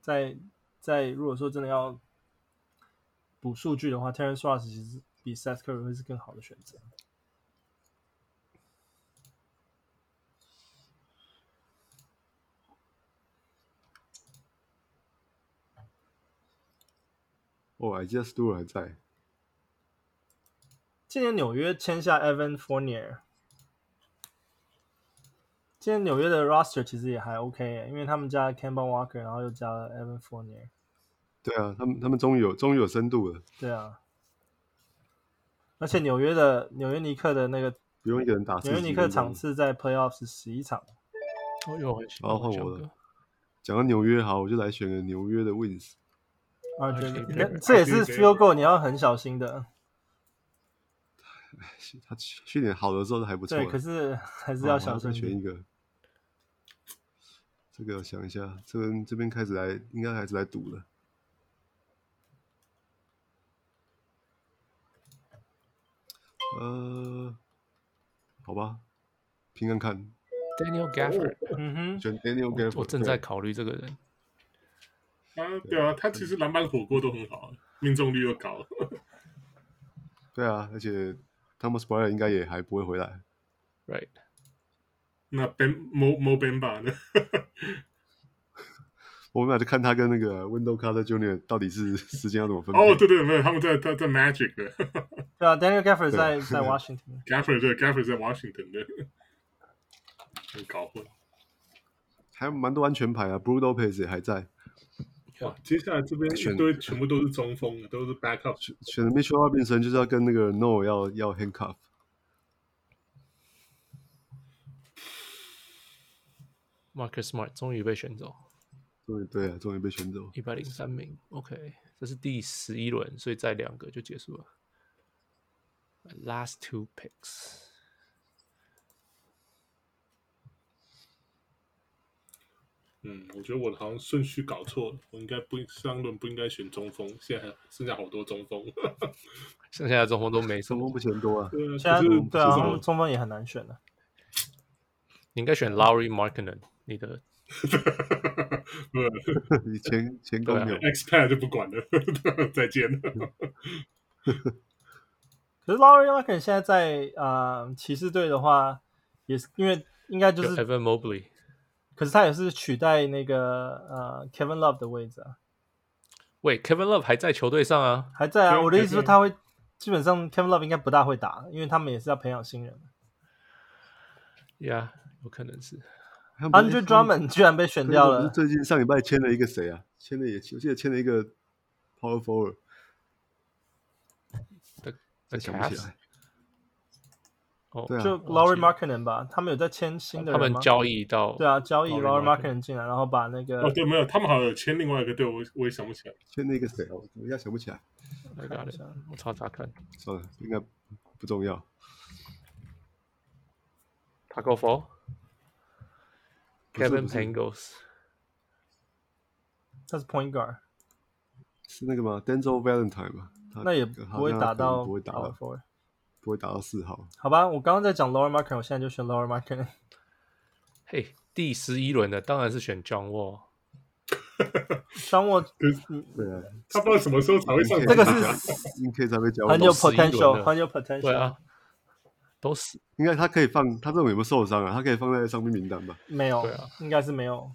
S1: 在在如果说真的要补数据的话，Terrence Ross 其实比 Seth Curry 会是更好的选择。
S3: 哦，I just do 还在，
S1: 今年纽约签下 Evan Fournier，今年纽约的 roster 其实也还 OK，耶因为他们加了 Kemba Walker，然后又加了 Evan Fournier，
S3: 对啊，他们他们终于有终于有深度了，
S1: 对啊。而且纽约的纽约尼克的那个
S3: 不用一个人啊打四
S1: 纽约
S3: 十几
S1: 尼
S3: 分
S1: 克
S3: 钟。
S1: 场次在 Playoff 是十一场，
S2: 哦，又换
S3: 好换
S2: 翔
S3: 我
S2: 哥
S3: 了讲到纽约好，我就来选个纽约的 Wins。
S1: 啊，
S2: RJ
S1: 觉得
S2: Barrett，
S1: 那这也是
S4: RJ
S1: field goal，你要很小心的。
S3: 他去去年好的时候还不错啊，
S1: 对，可是还是
S3: 哦
S1: 要
S3: 我
S1: 小
S3: 再
S1: 心
S3: 选
S1: 一
S3: 一
S1: 点。
S3: 个。这个我想一下，这边这边开始来，应该开始来赌了。呃，好吧，平安看，
S2: Daniel Gafford，
S1: 嗯哼，
S3: 选 Daniel g a f f o
S2: 我正在考虑这个人。
S4: 啊，对啊，他其实篮板火锅都很好，啊命中率又高。
S3: 对啊，而且 Thomas Bryant 应该也还不会回来。
S2: Right，
S4: 那 Ben Mo Mo Ben 吧呢？
S3: 我们俩就看他跟那个 Window Carter Junior 到底是 时间要怎么分配。
S4: 哦，对对，没有，他们在在在 Magic 的
S1: 对啊，Daniel Gafford
S3: 对
S1: 在
S3: 啊
S1: 在 Washington，
S4: ，Gaffer 对 Gaffer 在 Washington 的，很搞混。
S3: 还蛮多安全牌啊，Bruno p a c e 也还在，
S4: 哇，接下来这边
S3: 啊选
S4: 一堆全部都是中锋的，都是 backup。
S3: 选选的 Mitchell Robinson 就是要跟那个 No 要要 handcuff。
S2: Marcus Smart 终于被选走。
S3: 终于对啊，终于被选走。
S2: 一百零三名，OK，这是第十一轮，所以再两个就结束了。My Last two picks，
S4: 嗯，我觉得我好像顺序搞错了，我应该不上一轮不应该选中锋，现在还剩下好多中锋。
S2: 剩下的中锋都没什
S3: 中锋
S2: 么，
S3: 不嫌多啊，
S4: 对
S1: 现在
S4: 啊，可是
S1: 对啊，
S4: 可
S1: 他
S4: 是
S1: 们
S4: 我
S1: 中锋也很难选的、
S2: 你应该 选 Lowry Markinen，你的
S3: 你前前
S1: 啊
S3: 公牛
S4: X Pad 就不管了， 再见。
S1: 可是 Laurie m a r k e n 现在在呃骑士队的话，也是因为应该就
S2: 有
S1: 是，
S2: Evan Mobley，
S1: 可是他也是取代那个呃 Kevin Love 的位置啊，
S2: 喂，Kevin Love 还在球队上啊，
S1: 还在啊。
S4: 对
S1: 我的意思说
S4: 对
S1: 他会基本上 Kevin Love 应该不大会打，因为他们也是要培养新人。
S2: 呀、yeah,，有可能是
S1: Andrew Drummond 居然被选掉
S3: 不是
S1: 了，
S3: 最近上礼拜签了一个谁啊？签了也，我记得签了一个 Power Forward，
S2: The
S3: 想不起
S2: Cavs
S3: 来。
S2: 哦，
S3: 对啊，
S1: 呃就
S2: 忘记
S1: Laurie m a r k e n 吧，他们有在签新的
S2: 他
S1: 人
S2: 们
S1: 吗？
S2: 交易到
S1: 对啊，交易
S2: Lauri
S1: Laurie m a r k e
S2: Markkanen
S1: n 进来，然后把那个
S4: 哦，对，没有，他们好像有签另外一个队，我我也想不起来。
S3: 签了一个谁啊？我一下想不起来，
S2: I got it，我查查看
S3: 算了，应该不重要。
S2: ，Taco Fall。
S3: 不是
S2: Kevin
S3: 不是
S2: Pangos，
S1: 他是 Point Guard，
S3: 是那个吗？Denzel Valentine 吧？他
S1: 那也
S3: 他
S1: 不会
S3: 他
S1: 打
S3: 可能
S1: 到哦
S3: 不会打
S1: Power
S3: 到
S1: Forward。
S3: 不会打到四号。
S1: 好吧，我刚刚在讲 Laurie m a r k e n 我现在就选 Laurie m a r k e n
S2: 嘿，第十一轮的当然是选 John Wall，
S1: 张沃
S3: 对啊，
S4: 他不知道什么时候才会上场
S1: 这个
S4: 啊
S1: 是
S3: 应 K 才被交易
S1: 很有
S2: 11轮
S1: potential，
S2: 了
S1: 很有 potential。
S2: 对啊，都是
S3: 应该他可以放，他这种有没有受伤啊？他可以放在伤病名单吧，
S1: 没有，
S2: 对啊
S1: 应该是没有。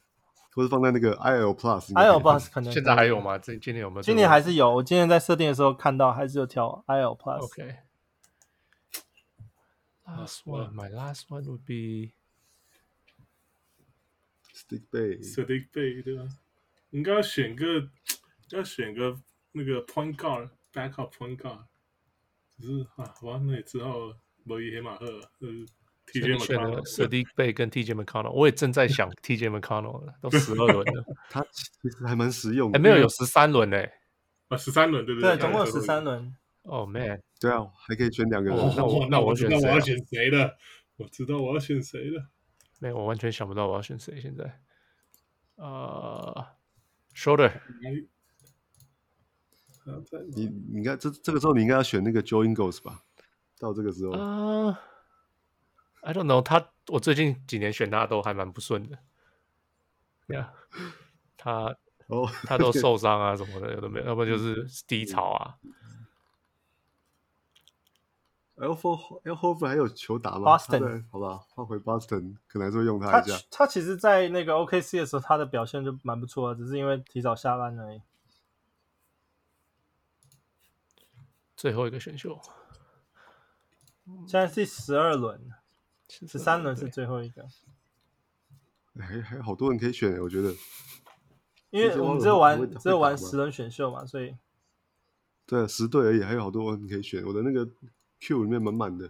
S3: 或是放在那个 IL Plus 应该
S1: I
S3: 可以
S1: L
S3: 放。
S1: Plus 可能
S2: 现在还有？吗？今今年有没有这个问题？
S1: 今年还是有，我今天在设定的时候看到还是有挑 I L Plus。
S2: OK。Last
S1: 啊
S2: one, my last one would be
S3: Stick Bay，
S4: Sadiq Bey 对吧？应该要选个，要选个那个 point guard backup point guard，只是啊，好吧，那也只好摩伊黑马赫，呃，TJ
S2: 选了
S4: McConnell，
S2: Sadiq Bay 跟 TJ McConnell，我也正在想 TJ McConnell 了，都十二轮 了，
S3: 他其其实还蛮实用
S2: 哎，
S3: 的。
S2: 没有有十三轮嘞。
S4: 啊，十三轮对不
S1: 对，
S4: 对，
S1: 总共有十三。轮。
S2: Oh man，
S3: 对啊，还可以选两个人。
S2: 哦
S4: 那我
S2: 那
S4: 那
S2: 我
S4: 我
S2: 选
S4: 知道
S2: 谁
S4: 我
S2: 啊
S4: 要选谁了，我知道我要选谁了。
S2: 没有，我完全想不到我要选谁现在。呃，Shoulder，
S4: 哎啊在
S3: 你你应该这这个时候你应该要选那个 Joe Ingles 吧？到这个时候，
S2: 啊，I don't know，他我最近几年选他都还蛮不顺的。Yeah，他
S3: 哦，
S2: 他都受伤啊什么的，有的没有，要不然就是低潮啊。
S3: L Four L Four 哎还有球打吗
S1: Boston
S3: 他在好吧，他回 Boston 可能还是会用他
S1: 他
S3: 一下。
S1: 他其实，在那个 OKC 的时候，他的表现就蛮不错的，啊只是因为提早下班而已。
S2: 最后一个选秀，
S1: 现在是第十二轮，十三轮是
S2: 对
S1: 最后一个，
S3: 还哎还有好多人可以选，欸我觉得。
S1: 因为我们只有
S3: 会
S1: 玩
S3: 打
S1: 只有玩
S3: 吗
S1: 十轮选秀嘛，所以
S3: 对啊，十队而已，还有好多人可以选。我的那个 Q 里面满满的。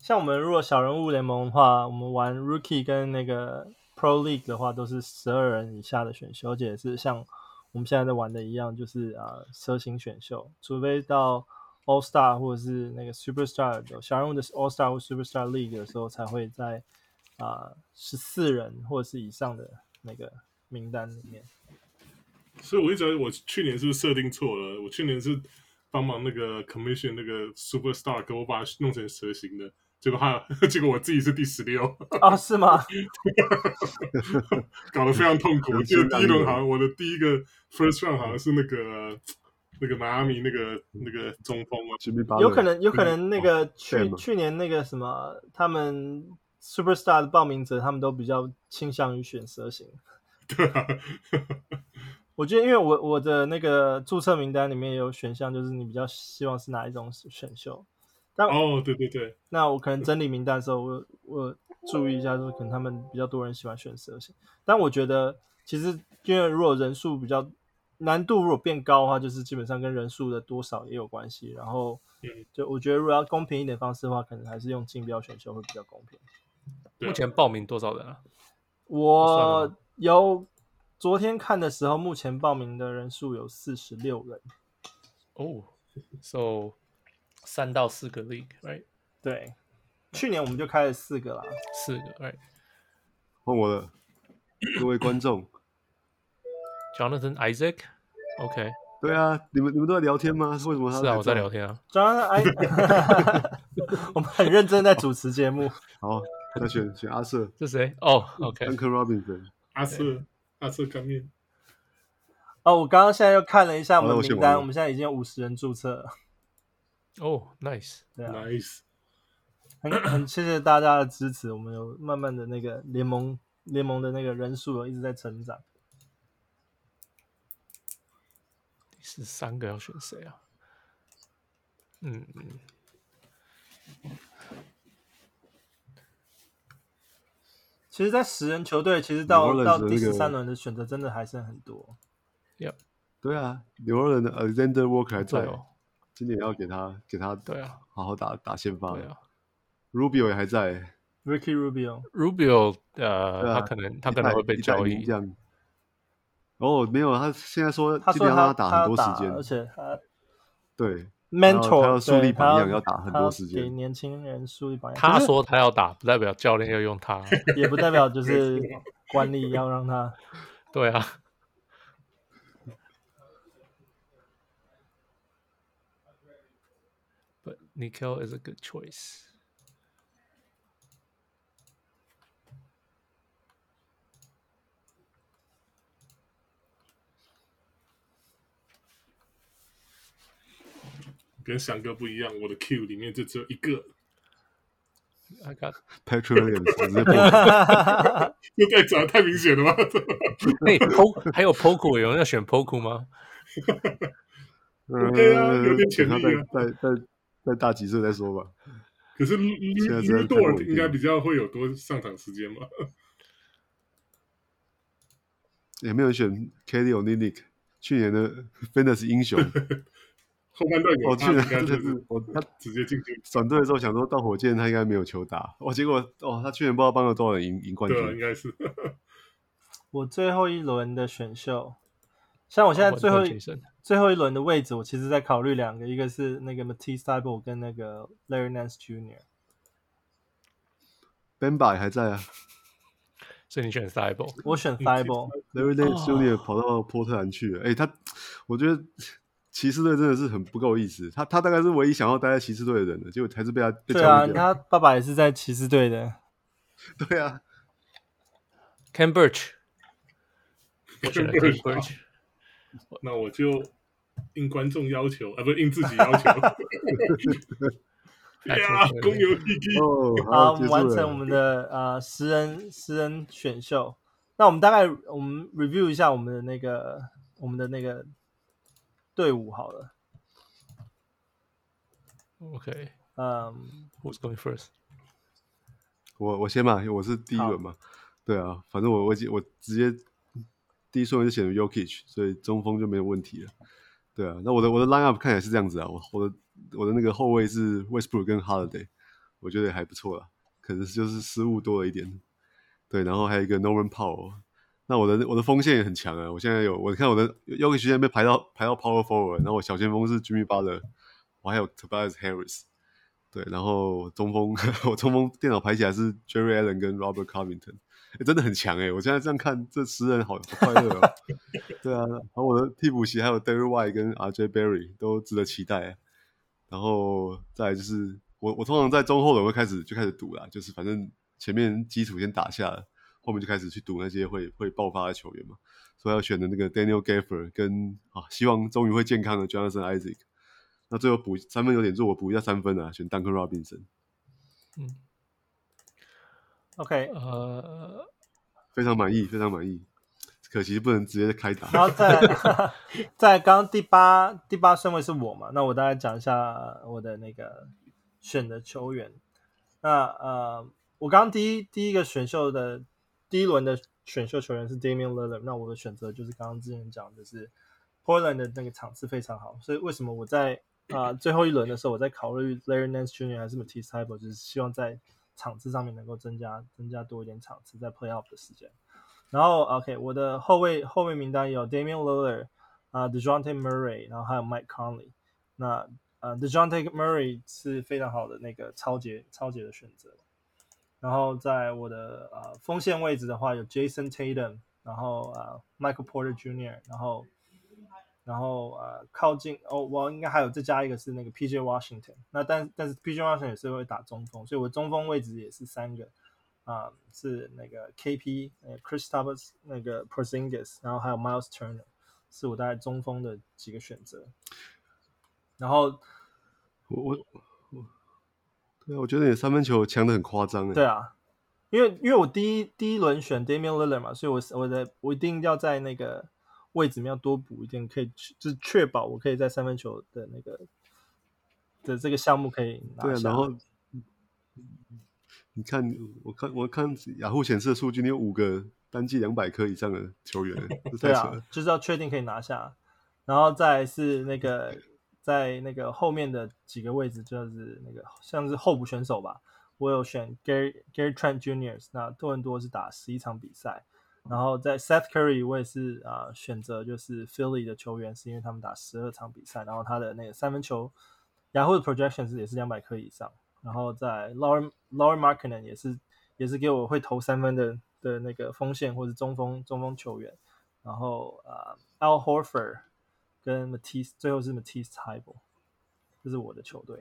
S1: 像我们如果小人物联盟的话，我们玩 Rookie 跟那个 Pro League 的话，都是十二人以下的选秀，而且也是像我们现在在玩的一样，就是啊蛇形选秀，除非到 All Star 或者是那个 Superstar 的小人物的 All Star 或 Superstar League 的时候，才会在啊十四人或者是以上的那个名单里面。
S4: 所以我一直在我去年是不是设定错了？我去年是帮忙那个 commission 那个 superstar，给我把它弄成蛇形的，结果他 结果我自己是第十六，
S1: 哦，是吗？
S4: 搞得非常痛苦。
S3: 有
S4: 我记得
S3: 心
S4: 第
S3: 当
S4: 一轮
S3: 然
S4: 好像我的第一个 first round 好像是那个那个迈阿密那个那个中锋啊，
S3: Jimmy Butler
S1: 有可能，有可能
S4: 哦
S1: 那个去
S3: 对嘛
S1: 去年那个什么，他们 Superstar 的报名者，他们都比较倾向于选蛇形。
S4: 对啊，
S1: 我觉得，因为我我的那个注册名单里面有选项，就是你比较希望是哪一种选秀。
S4: 哦，对对对，
S1: 那我可能整理名单的时候，我我注意一下，就是可能他们比较多人喜欢选蛇形。但我觉得，其实因为如果人数比较难度如果变高的话，就是基本上跟人数的多少也有关系。然后
S4: 嗯，
S1: 就我觉得如果要公平一点方式的话，可能还是用竞标选秀会比较公平。
S4: 对啊
S2: 目前报名多少人啊？算了
S1: 我有昨天看的时候，目前报名的人数有四十六人。
S2: 哦、s o 三到四个 league，right？
S1: 对，去年我们就开了四个啦。
S2: 四个，right？Jonathan
S3: 换我了，各位观众。
S2: Isaac，OK，、
S3: 对啊，你们你们都在聊天吗？为什么他
S2: 是啊，我在
S3: 照
S2: 聊。天啊。
S1: 张安，哎 我们很认真在主持节目。
S3: 好，那选选阿瑟
S2: 是谁？哦、o k
S3: ，Uncle Robinson。
S4: 阿瑟阿瑟干面，
S1: 哦，我刚刚现在又看了一下我
S3: 好
S1: 们
S3: 了我先
S1: 名
S3: 玩
S1: 单，
S3: 了
S1: 我们现在已经有五十人注册了。
S2: 哦、n i c e
S1: 对啊，
S4: nice，
S1: 很很谢谢大家的支持，我们有慢慢的那个联盟联盟的那个人数有一直在成长。
S2: 第十三个要选谁啊？嗯，
S1: 其实，在十人球队，其实到
S3: New Orleans
S1: 到
S3: 的那
S1: 第
S3: 个
S1: 十三轮的选择真的还剩很多。
S3: 对啊，纽约人的 Alexander Walker 还在
S2: 对哦，
S3: 今年要给他给他
S2: 对啊，
S3: 好好打打先发
S2: 对。啊
S3: Rubio 也还在，
S1: Ricky Rubio，
S2: ，Rubio，
S3: 对
S2: 呃，
S3: 啊
S2: 他可能他可能会被
S3: 一代
S2: 交
S3: 名
S2: 易，
S3: 将。哦，没有，他现在说
S1: 他
S3: 尽
S1: 说
S3: 量
S1: 他
S3: 让打
S1: 他
S3: 很多时间
S1: 而，且他
S3: 对，
S1: mentor
S3: 他要树立
S1: 对
S3: 榜样
S1: 他
S3: 要打很
S1: 他
S3: 多时间
S1: 给年轻人树立榜样。
S2: 他
S1: 可是
S2: 说他要打，不代表教练要用他。
S1: 也不代表就是管理要让他。
S2: 对啊，But Nikhil is a good choice.
S4: 跟翔哥不一样，我的 Q 里面就只有一个，
S2: I got
S3: Patrick Williams 直接破
S4: 这太长太明显了吧？
S2: 哎 Poku 还有 Poku 有人要选 Poku 吗？
S4: 对啊 有点
S3: 等
S4: 潜力
S3: 呃他
S4: 啊
S3: 再再再再大几岁再说吧。
S4: 可是
S3: 现在
S4: Lu
S3: 真的
S4: Lu
S3: 太
S4: Dort
S3: 稳定
S4: 应该
S3: 了
S4: 比较会有多上场时间吧？
S3: 也没有人选 Kelly o n i n i k 去年的 Fantasy 英 雄。
S4: 后半段有
S3: 我去
S4: 他，
S3: 年
S4: 应该
S3: 真
S4: 就
S3: 的
S4: 是
S3: 是我他
S4: 直接进去，
S3: 转队的时候想说到火箭他应该没有球打，哦，结果哦他去年不知道帮了多少人赢赢冠
S4: 对啊，应
S3: 军，
S4: 该是
S1: 我最后一轮的选秀，像我现在
S2: 哦
S1: 最后
S2: 换
S1: 一
S2: Jason
S1: 最后一轮的位置，我其实在考虑两个，一个是那个 Matisse t y b e 跟那个 Larry Nance Jr.，
S3: ，Bamba 也还在啊
S2: 所以你选 s y b o
S1: 我
S3: 嗯
S1: 选 t y b e
S3: ，Larry Nance
S2: 哦
S3: Jr. 跑到波特兰去了，哎、他我觉得骑士队真的是很不够意思，他他大概是唯一想要待在骑士队的人了，结果还是被他被
S1: 对
S3: 交
S1: 啊，
S3: 易
S1: 他
S3: 掉，
S1: 爸爸也是在骑士队的。
S3: 对啊，
S2: Ken Birch，我 选了
S4: Ken
S2: Ken
S4: Birch，
S2: Birch，
S4: 那我就应观众要求啊，不应自己要求。 呀，公牛弟弟，
S3: 哦，
S1: 好，
S3: 好，
S1: 我
S3: 结
S1: 们
S3: 束
S1: 完成
S3: 了
S1: 我们的呃十人十人选秀。那我们大概我们 review 一下我们的那个我们的那个队伍好了。
S2: OK，Who's
S1: 嗯，
S2: going first？
S3: 我我先嘛，我是第一轮嘛，对啊，反正我我已经我直接第一顺位就选了 Yokich，所以中锋就没有问题了。对啊，那我的我的 lineup 看起来是这样子啊，我我的我的那个后卫是 Westbrook 跟 Holiday，我觉得也还不错啦，可能就是失误多了一点。对，然后还有一个 Norman Powell，那我的我的锋线也很强啊，我现在有我看我的 Yokich 现在被排到排到 Power Forward，然后我小前锋是 Jimmy Butler，我还有 Tobias Harris。对，然后中锋， 我中锋电脑排起来是 Jerry Allen 跟 Robert Covington，诶真的很强哎、我现在这样看这十人好好快乐哦。对啊，然后我的替补席还有 Derry White 跟 RJ Berry 都值得期待、然后再来就是我我通常在中后轮会开始就开始赌啦，就是反正前面基础先打下了，后面就开始去赌那些会会爆发的球员嘛。所以要选的那个 Daniel Gaffer 跟啊，希望终于会健康的 Jonathan Isaac。那最后补三分有点弱，我补一下三分啊，选 Duncan Robinson，
S1: OK，
S2: 呃，
S3: 非常满意，非常满意。可惜不能直接开打。
S1: 然后再来再来刚刚第八第八顺位是我嘛，那我大概讲一下我的那个选的球员。那呃，我刚刚第一第一个选秀的第一轮的选秀球员是 Damian Lillard，那我的选择就是刚刚之前讲，就是 Portland 的那个场次非常好，所以为什么我在啊、呃最后一轮的时候，我在考虑 Larry Nance Jr. 还是 Matisse t y b e 就是希望在场次上面能够增加增加多一点场次在 playoff 的时间。然后 OK，我的后卫后卫名单有 Damian Lillard 啊、d e j o n t e Murray，然后还有 Mike Conley。那呃 d e j o n t e Murray 是非常好的那个超级超级的选择。然后在我的呃锋线位置的话，有 Jason Tatum，然后呃 Michael Porter Jr.，然后然后呃靠近哦，我应该还有再加一个是那个 PJ Washington。那但但是 PJ Washington 也是会打中锋，所以我中锋位置也是三个啊、是那个 KP、呃 Kristaps 那个 Porzingis，然后还有 Miles Turner，是我大概中锋的几个选择。然后
S3: 我我我，对啊，我觉得你三分球强的很夸张哎。
S1: 对啊，因为因为我第一第一轮选 Damian Lillard 嘛，所以我是我的我一定要在那个位置里面要多补一点，可以去就是确保我可以在三分球的那个的这个项目可以拿
S3: 对啊，
S1: 下
S3: 然后你看，我看我看雅虎显示的数据，你有五个单季两百颗以上的球员欸，这太
S1: 对
S3: 扯了
S1: 啊，就是要确定可以拿下，然后再来是那个在那个后面的几个位置，就是那个像是候补选手吧，我有选 Gary Gary Trent Jr.，那多伦多是打十一场比赛，然后在 Seth Curry 我也是啊、呃选择就是 Philly 的球员，是因为他们打十二场比赛，然后他的那个三分球，雅虎的 projections 也是两百颗以上，然后在 Lauren Lauren Markkinen 也是也是给我会投三分的的那个锋线或者中锋中锋球员。然后呃，Al Horford 跟 Matisse，最后是 Matisse t y b e 这是我的球队。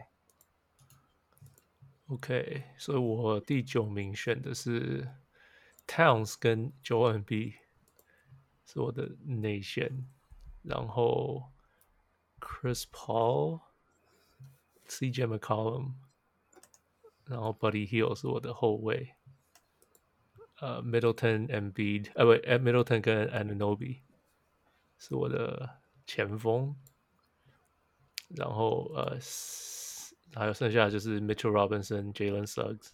S2: OK，所以我第九名选的是 Towns 跟 Joel e m b 是我的内线，然后 Chris Paul、CJ McCollum，然后 Buddy Hill 是我的后卫，呃，Middleton and Bede，呃不呃，Middleton 跟 Ananobi 是我的前锋，然后呃，s- 还有剩下就是 Mitchell Robinson、Jalen Suggs、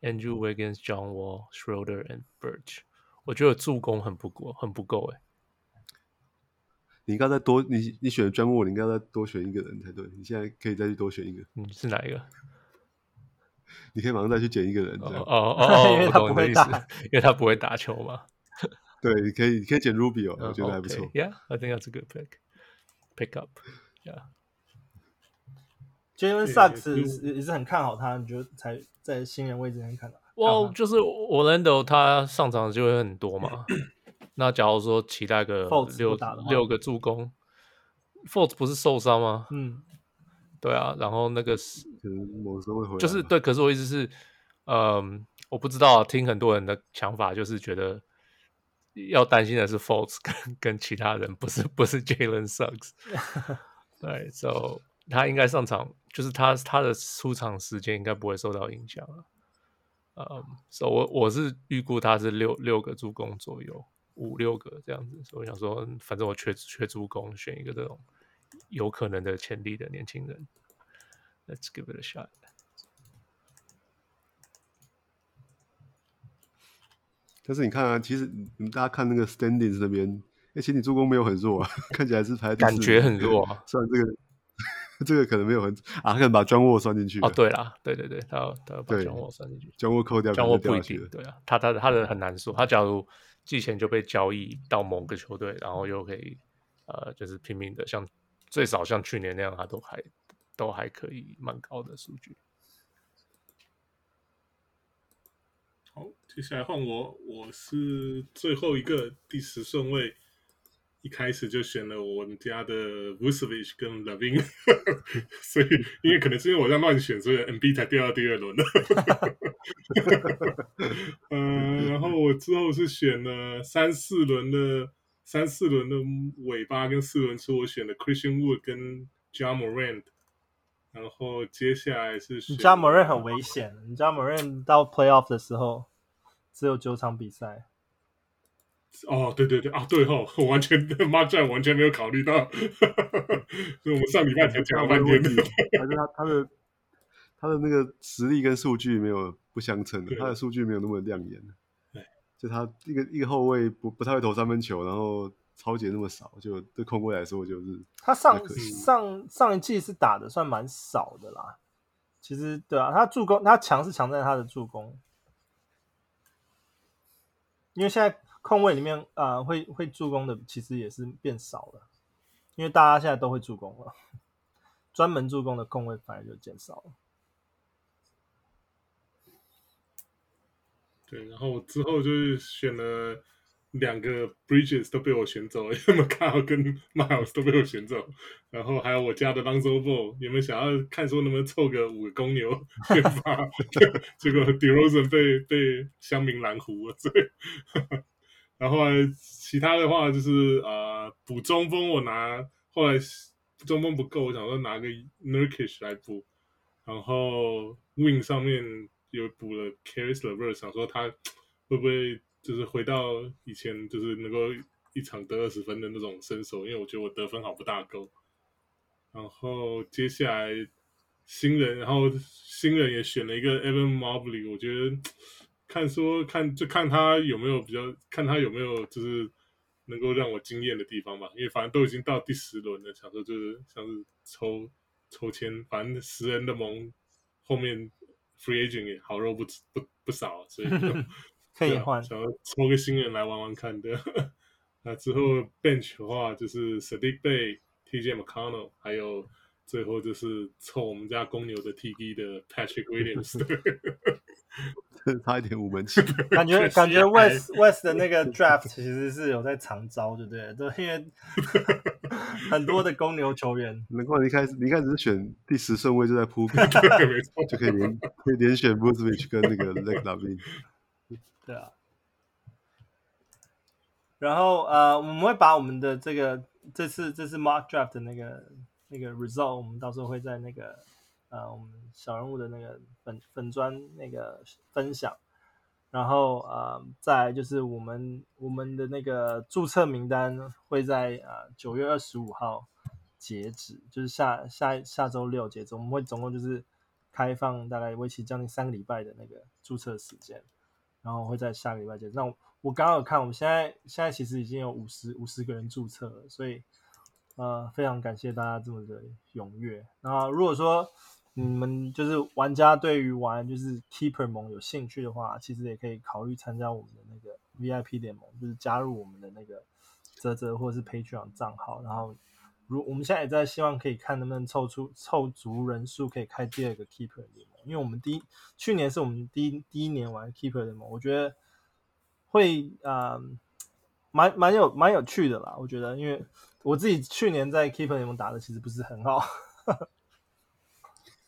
S2: Andrew Wiggins、John Wall、Schroeder and Birch。我觉得助攻很不够，很不够哎、
S3: 你应该再多，你你选专门，你应该再多选一个人才对。你现在可以再去多选一个，
S2: 你是哪一个？
S3: 你可以马上再去捡一个人，
S2: 哦哦
S3: 这样
S2: 哦哦，
S1: 因为
S2: 我
S1: 他
S2: 懂你
S1: 不
S2: 的
S1: 会
S2: 意
S1: 打
S2: 思，因为他不会打球嘛。嗯
S3: 对，你可以你可以捡 Rubio，我哦觉得还不
S2: 哦 OK，
S3: 错。
S2: Yeah, I think that's a good pick. Pick up. Yeah.
S1: Jalen
S4: 对
S1: Suggs
S4: 对
S1: 也是也是很看好他，你觉得才在新人位置上看到？
S2: 哇，
S1: 看
S2: 就是 Orlando 他上场的机会很多嘛。那假如说期待个
S1: Fultz
S2: 六
S1: 不打的话
S2: 六个助攻 f o r t 不是受伤吗？
S1: 嗯，
S2: 对啊，然后那个是
S3: 可能某时候会回来吧，啊
S2: 就是对，可是我意思是，嗯，我不知道，听很多人的想法就是觉得要担心的是 f o l t s 跟跟其他人，不是不是 Jalen Suggs。对，so 他应该上场，就是他他的出场时间应该不会受到影响啊。嗯，所以我我是预估他是六六个助攻左右，五六个这样子，所以我想说，嗯反正我缺缺助攻，选一个这种有可能的潜力的年轻人，Let's give it a shot。
S3: 但是你看啊，其实你你大家看那个 standings 那边，哎、其实你助攻没有很弱啊，看起来是排嗯在第
S2: 感
S3: 四
S2: 觉
S3: 名
S2: 很弱啊
S3: 虽然这个这个可 能没有很啊，可能把庄沃算进去
S2: 哦，
S3: 了，
S2: 对啦，对对对，他要他要把
S3: 对
S2: 庄沃算进去，
S3: 庄沃扣掉，
S2: 庄
S3: 可
S2: 沃
S3: 能就
S2: 不
S3: 掉
S2: 一
S3: 下去
S2: 定
S3: 了。嗯
S2: 对啊，他他他的很难说，他假如季前就被交易到某个球队，然后又可以呃，就是拼命的像最少像去年那样，他都还都还可以蛮高的数据。
S4: 好，接下来换我，我是最后一个第十顺位，一开始就选了我们家的 Vucevic 跟 Lavin，所以因为可能是因为我这样乱选，所以 NB 才掉到第二轮 的。嗯，然后我之后是选了三四轮的三四轮的尾巴跟四轮车，我选了 Christian Wood 跟 Ja Morant，然后接下来是
S1: 你
S4: 选
S1: 加某人很危险，你加某人到 playoff 的时候只有九场比赛，
S4: 哦，对对对啊，对吼、我完全 妈站完全没有考虑到， 所以我们上礼拜才讲了半天
S3: 问。题，还是他他的他的那个实力跟数据没有不相称的，
S4: 对
S3: 他的数据没有那么亮眼
S4: 对。
S3: 就他一个一个后卫不不太会投三分球，然后超节那么少，就对控卫来说就是
S1: 他上
S3: 可惜
S1: 上上一季是打的算蛮少的啦，其实对啊，他助攻他强是强在他的助攻，因为现在空位里面啊、呃会会助攻的其实也是变少了，因为大家现在都会助攻了，专门助攻的空位反而就减少了。
S4: 对，然后我之后就是选了两个 Bridges 都被我选走了， 因为 Carl 跟 Miles 都被我选走，然后还有我家的 Lonzo Ball，你们想要看说能不能凑个五个公牛 先发，结果 DeRozan 被被乡民拦胡了，所以然后后来其他的话就是啊、呃补中锋我拿，后来中锋不够，我想说拿个 Nurkic 来补，然后 Win 上面有补了 Caris LeVert，想说他会不会就是回到以前就是能够一场得二十分的那种身手，因为我觉得我得分好不大够。然后接下来新人，然后新人也选了一个 Evan Mobley，我觉得看说看就看他有没有比较，看他有没有就是能够让我惊艳的地方吧，因为反正都已经到第十轮了，想说就是像是抽抽签，反正十人的盟后面 free agent 也好肉不不不少，啊所以就
S1: 可以
S4: 对啊
S1: 换
S4: 想要抽个新人来玩玩看的。 那之后 bench 的话就是 Sadiq Bay、TJ McConnell，还有最后就是凑我们家公牛的 TD 的 Patrick Williams 对。
S3: 差一点五门 旗。
S1: 感觉
S4: 确实
S1: 感觉
S4: 还
S1: West West 的那个 draft 其实是有在藏招，对不对？都因为 很多的公牛球员，
S3: 难怪你一开始你一开始是选第十顺位就在铺梗，
S4: 对，没错，
S3: 就可以连可以连选 b o o z v i c 跟那个 l e g l a v i n
S1: 对啊。然后呃，我们会把我们的这个这次这次 mock draft 的那个那个 result，我们到时候会在那个呃我们小人物的那个粉粉砖那个分享。然后呃，再来就是我们我们的那个注册名单会在呃九月二十五号截止，就是下下下周六截止。我们会总共就是开放大概为期将近三个礼拜的那个注册时间。然后会在下个礼拜结束。那我我刚刚有看，我们现在现在其实已经有五十五十个人注册了，所以呃，非常感谢大家这么的踊跃。那如果说你们就是玩家对于玩就是 Keeper 盟有兴趣的话，其实也可以考虑参加我们的那个 VIP 联盟，就是加入我们的那个泽泽或者是 Patreon 账号。然后如我们现在也在希望可以看能不能凑出凑足人数，可以开第二个 Keeper 联盟，因为我们第一去年是我们第一第一年玩 Keeper 联盟，我觉得会啊、嗯蛮蛮有蛮有趣的啦。我觉得，因为我自己去年在 Keeper 联盟打的其实不是很好，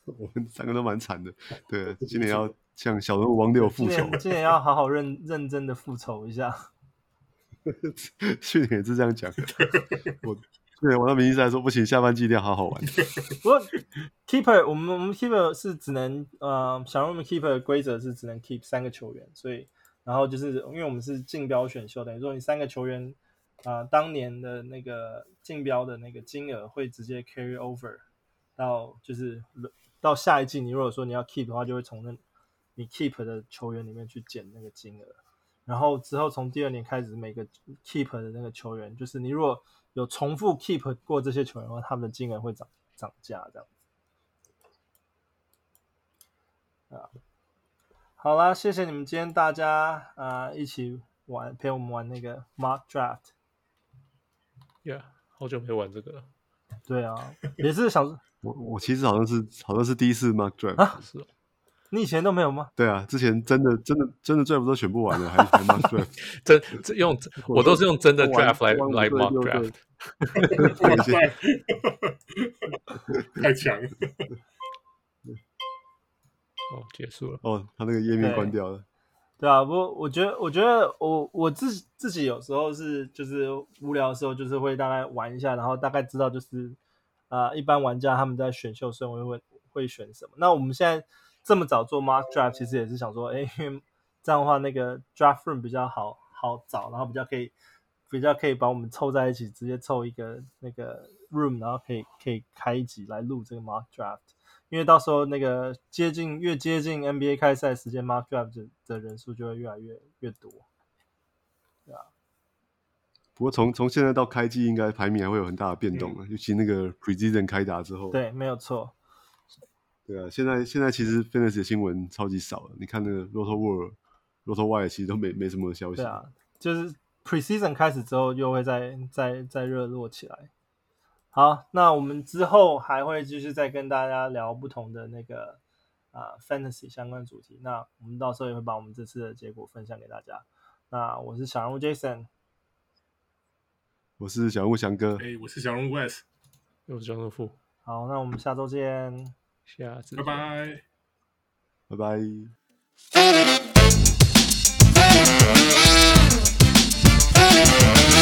S3: 我们三个都蛮惨的。对， 今年要向小人物王六
S1: 今
S3: 复仇
S1: 年。今年要好好认认真的复仇一下。
S3: 去年也是这样讲，我去年玩到明星赛说不行，下半季一定要好好玩。
S1: 不过 Keeper 我们我们 Keeper 是只能呃，小人物们 Keeper 的规则是只能 keep 三个球员，所以然后就是因为我们是竞标选秀，等于说你三个球员啊、呃当年的那个竞标的那个金额会直接 carry over 到就是到下一季，你如果说你要 keep 的话，就会从那你 keep 的球员里面去减那个金额。然后之后从第二年开始，每个 keep 的那个球员，就是你如果有重复 keep 过这些球员的话，他们的金额会涨涨价这样子。啊，好啦，谢谢你们今天大家啊、呃一起玩陪我们玩那个 mock draft。
S2: ，Yeah，好久没玩这个了，
S1: 对啊，也是想说
S3: 我我其实好像是好像是第一次 Mark Drive，、
S1: 啊
S2: 是哦，
S1: 你以前都没有吗？
S3: 对啊，之前真的真的真的 Drive 都选不完了，还还 Mark Drive，
S2: 真这 用我都是用真的
S3: 我玩
S2: draft 来
S3: 我玩
S2: 来
S3: 五队
S2: mock
S3: 六队
S2: draft，
S4: 哇塞， 太强了。
S2: 哦，结束了，
S3: 哦，他那个页面关掉了。
S1: 对啊，不过我觉得，我觉得我我自己自己有时候是就是无聊的时候，就是会大概玩一下，然后大概知道就是啊、呃一般玩家他们在选秀顺位会会选什么。那我们现在这么早做 mock draft，其实也是想说，哎，因为这样的话那个 draft room 比较好好找，然后比较可以比较可以把我们凑在一起，直接凑一个那个 room，然后可以可以开一集来录这个 mock draft。因为到时候那个接近越接近 NBA 开赛时间，Mark Drive 的的人数就会越来越越多。
S3: 不过从从现在到开季，应该排名还会有很大的变动了，尤其那个 Preseason 开打之后。
S1: 对，没有错。
S3: 对啊，现在现在其实 fantasy 的新闻超级少了，你看那个 Roto World、Roto Wire 其实都没没什么消息。
S1: 对啊，就是 preseason 开始之后又会再再再热络起来。好，那我们之后还会继续再跟大家聊不同的那个啊、呃 fantasy 相关主题。那我们到时候也会把我们这次的结果分享给大家。那我是小人物 Jason，
S3: 我是小人物翔哥，
S4: 哎，我是小人物 Wes，
S2: 我是张德富，
S1: 好，那我们下周见。
S2: 下次
S4: 拜
S2: 见。
S4: 拜。
S3: 拜拜。
S5: Thank you.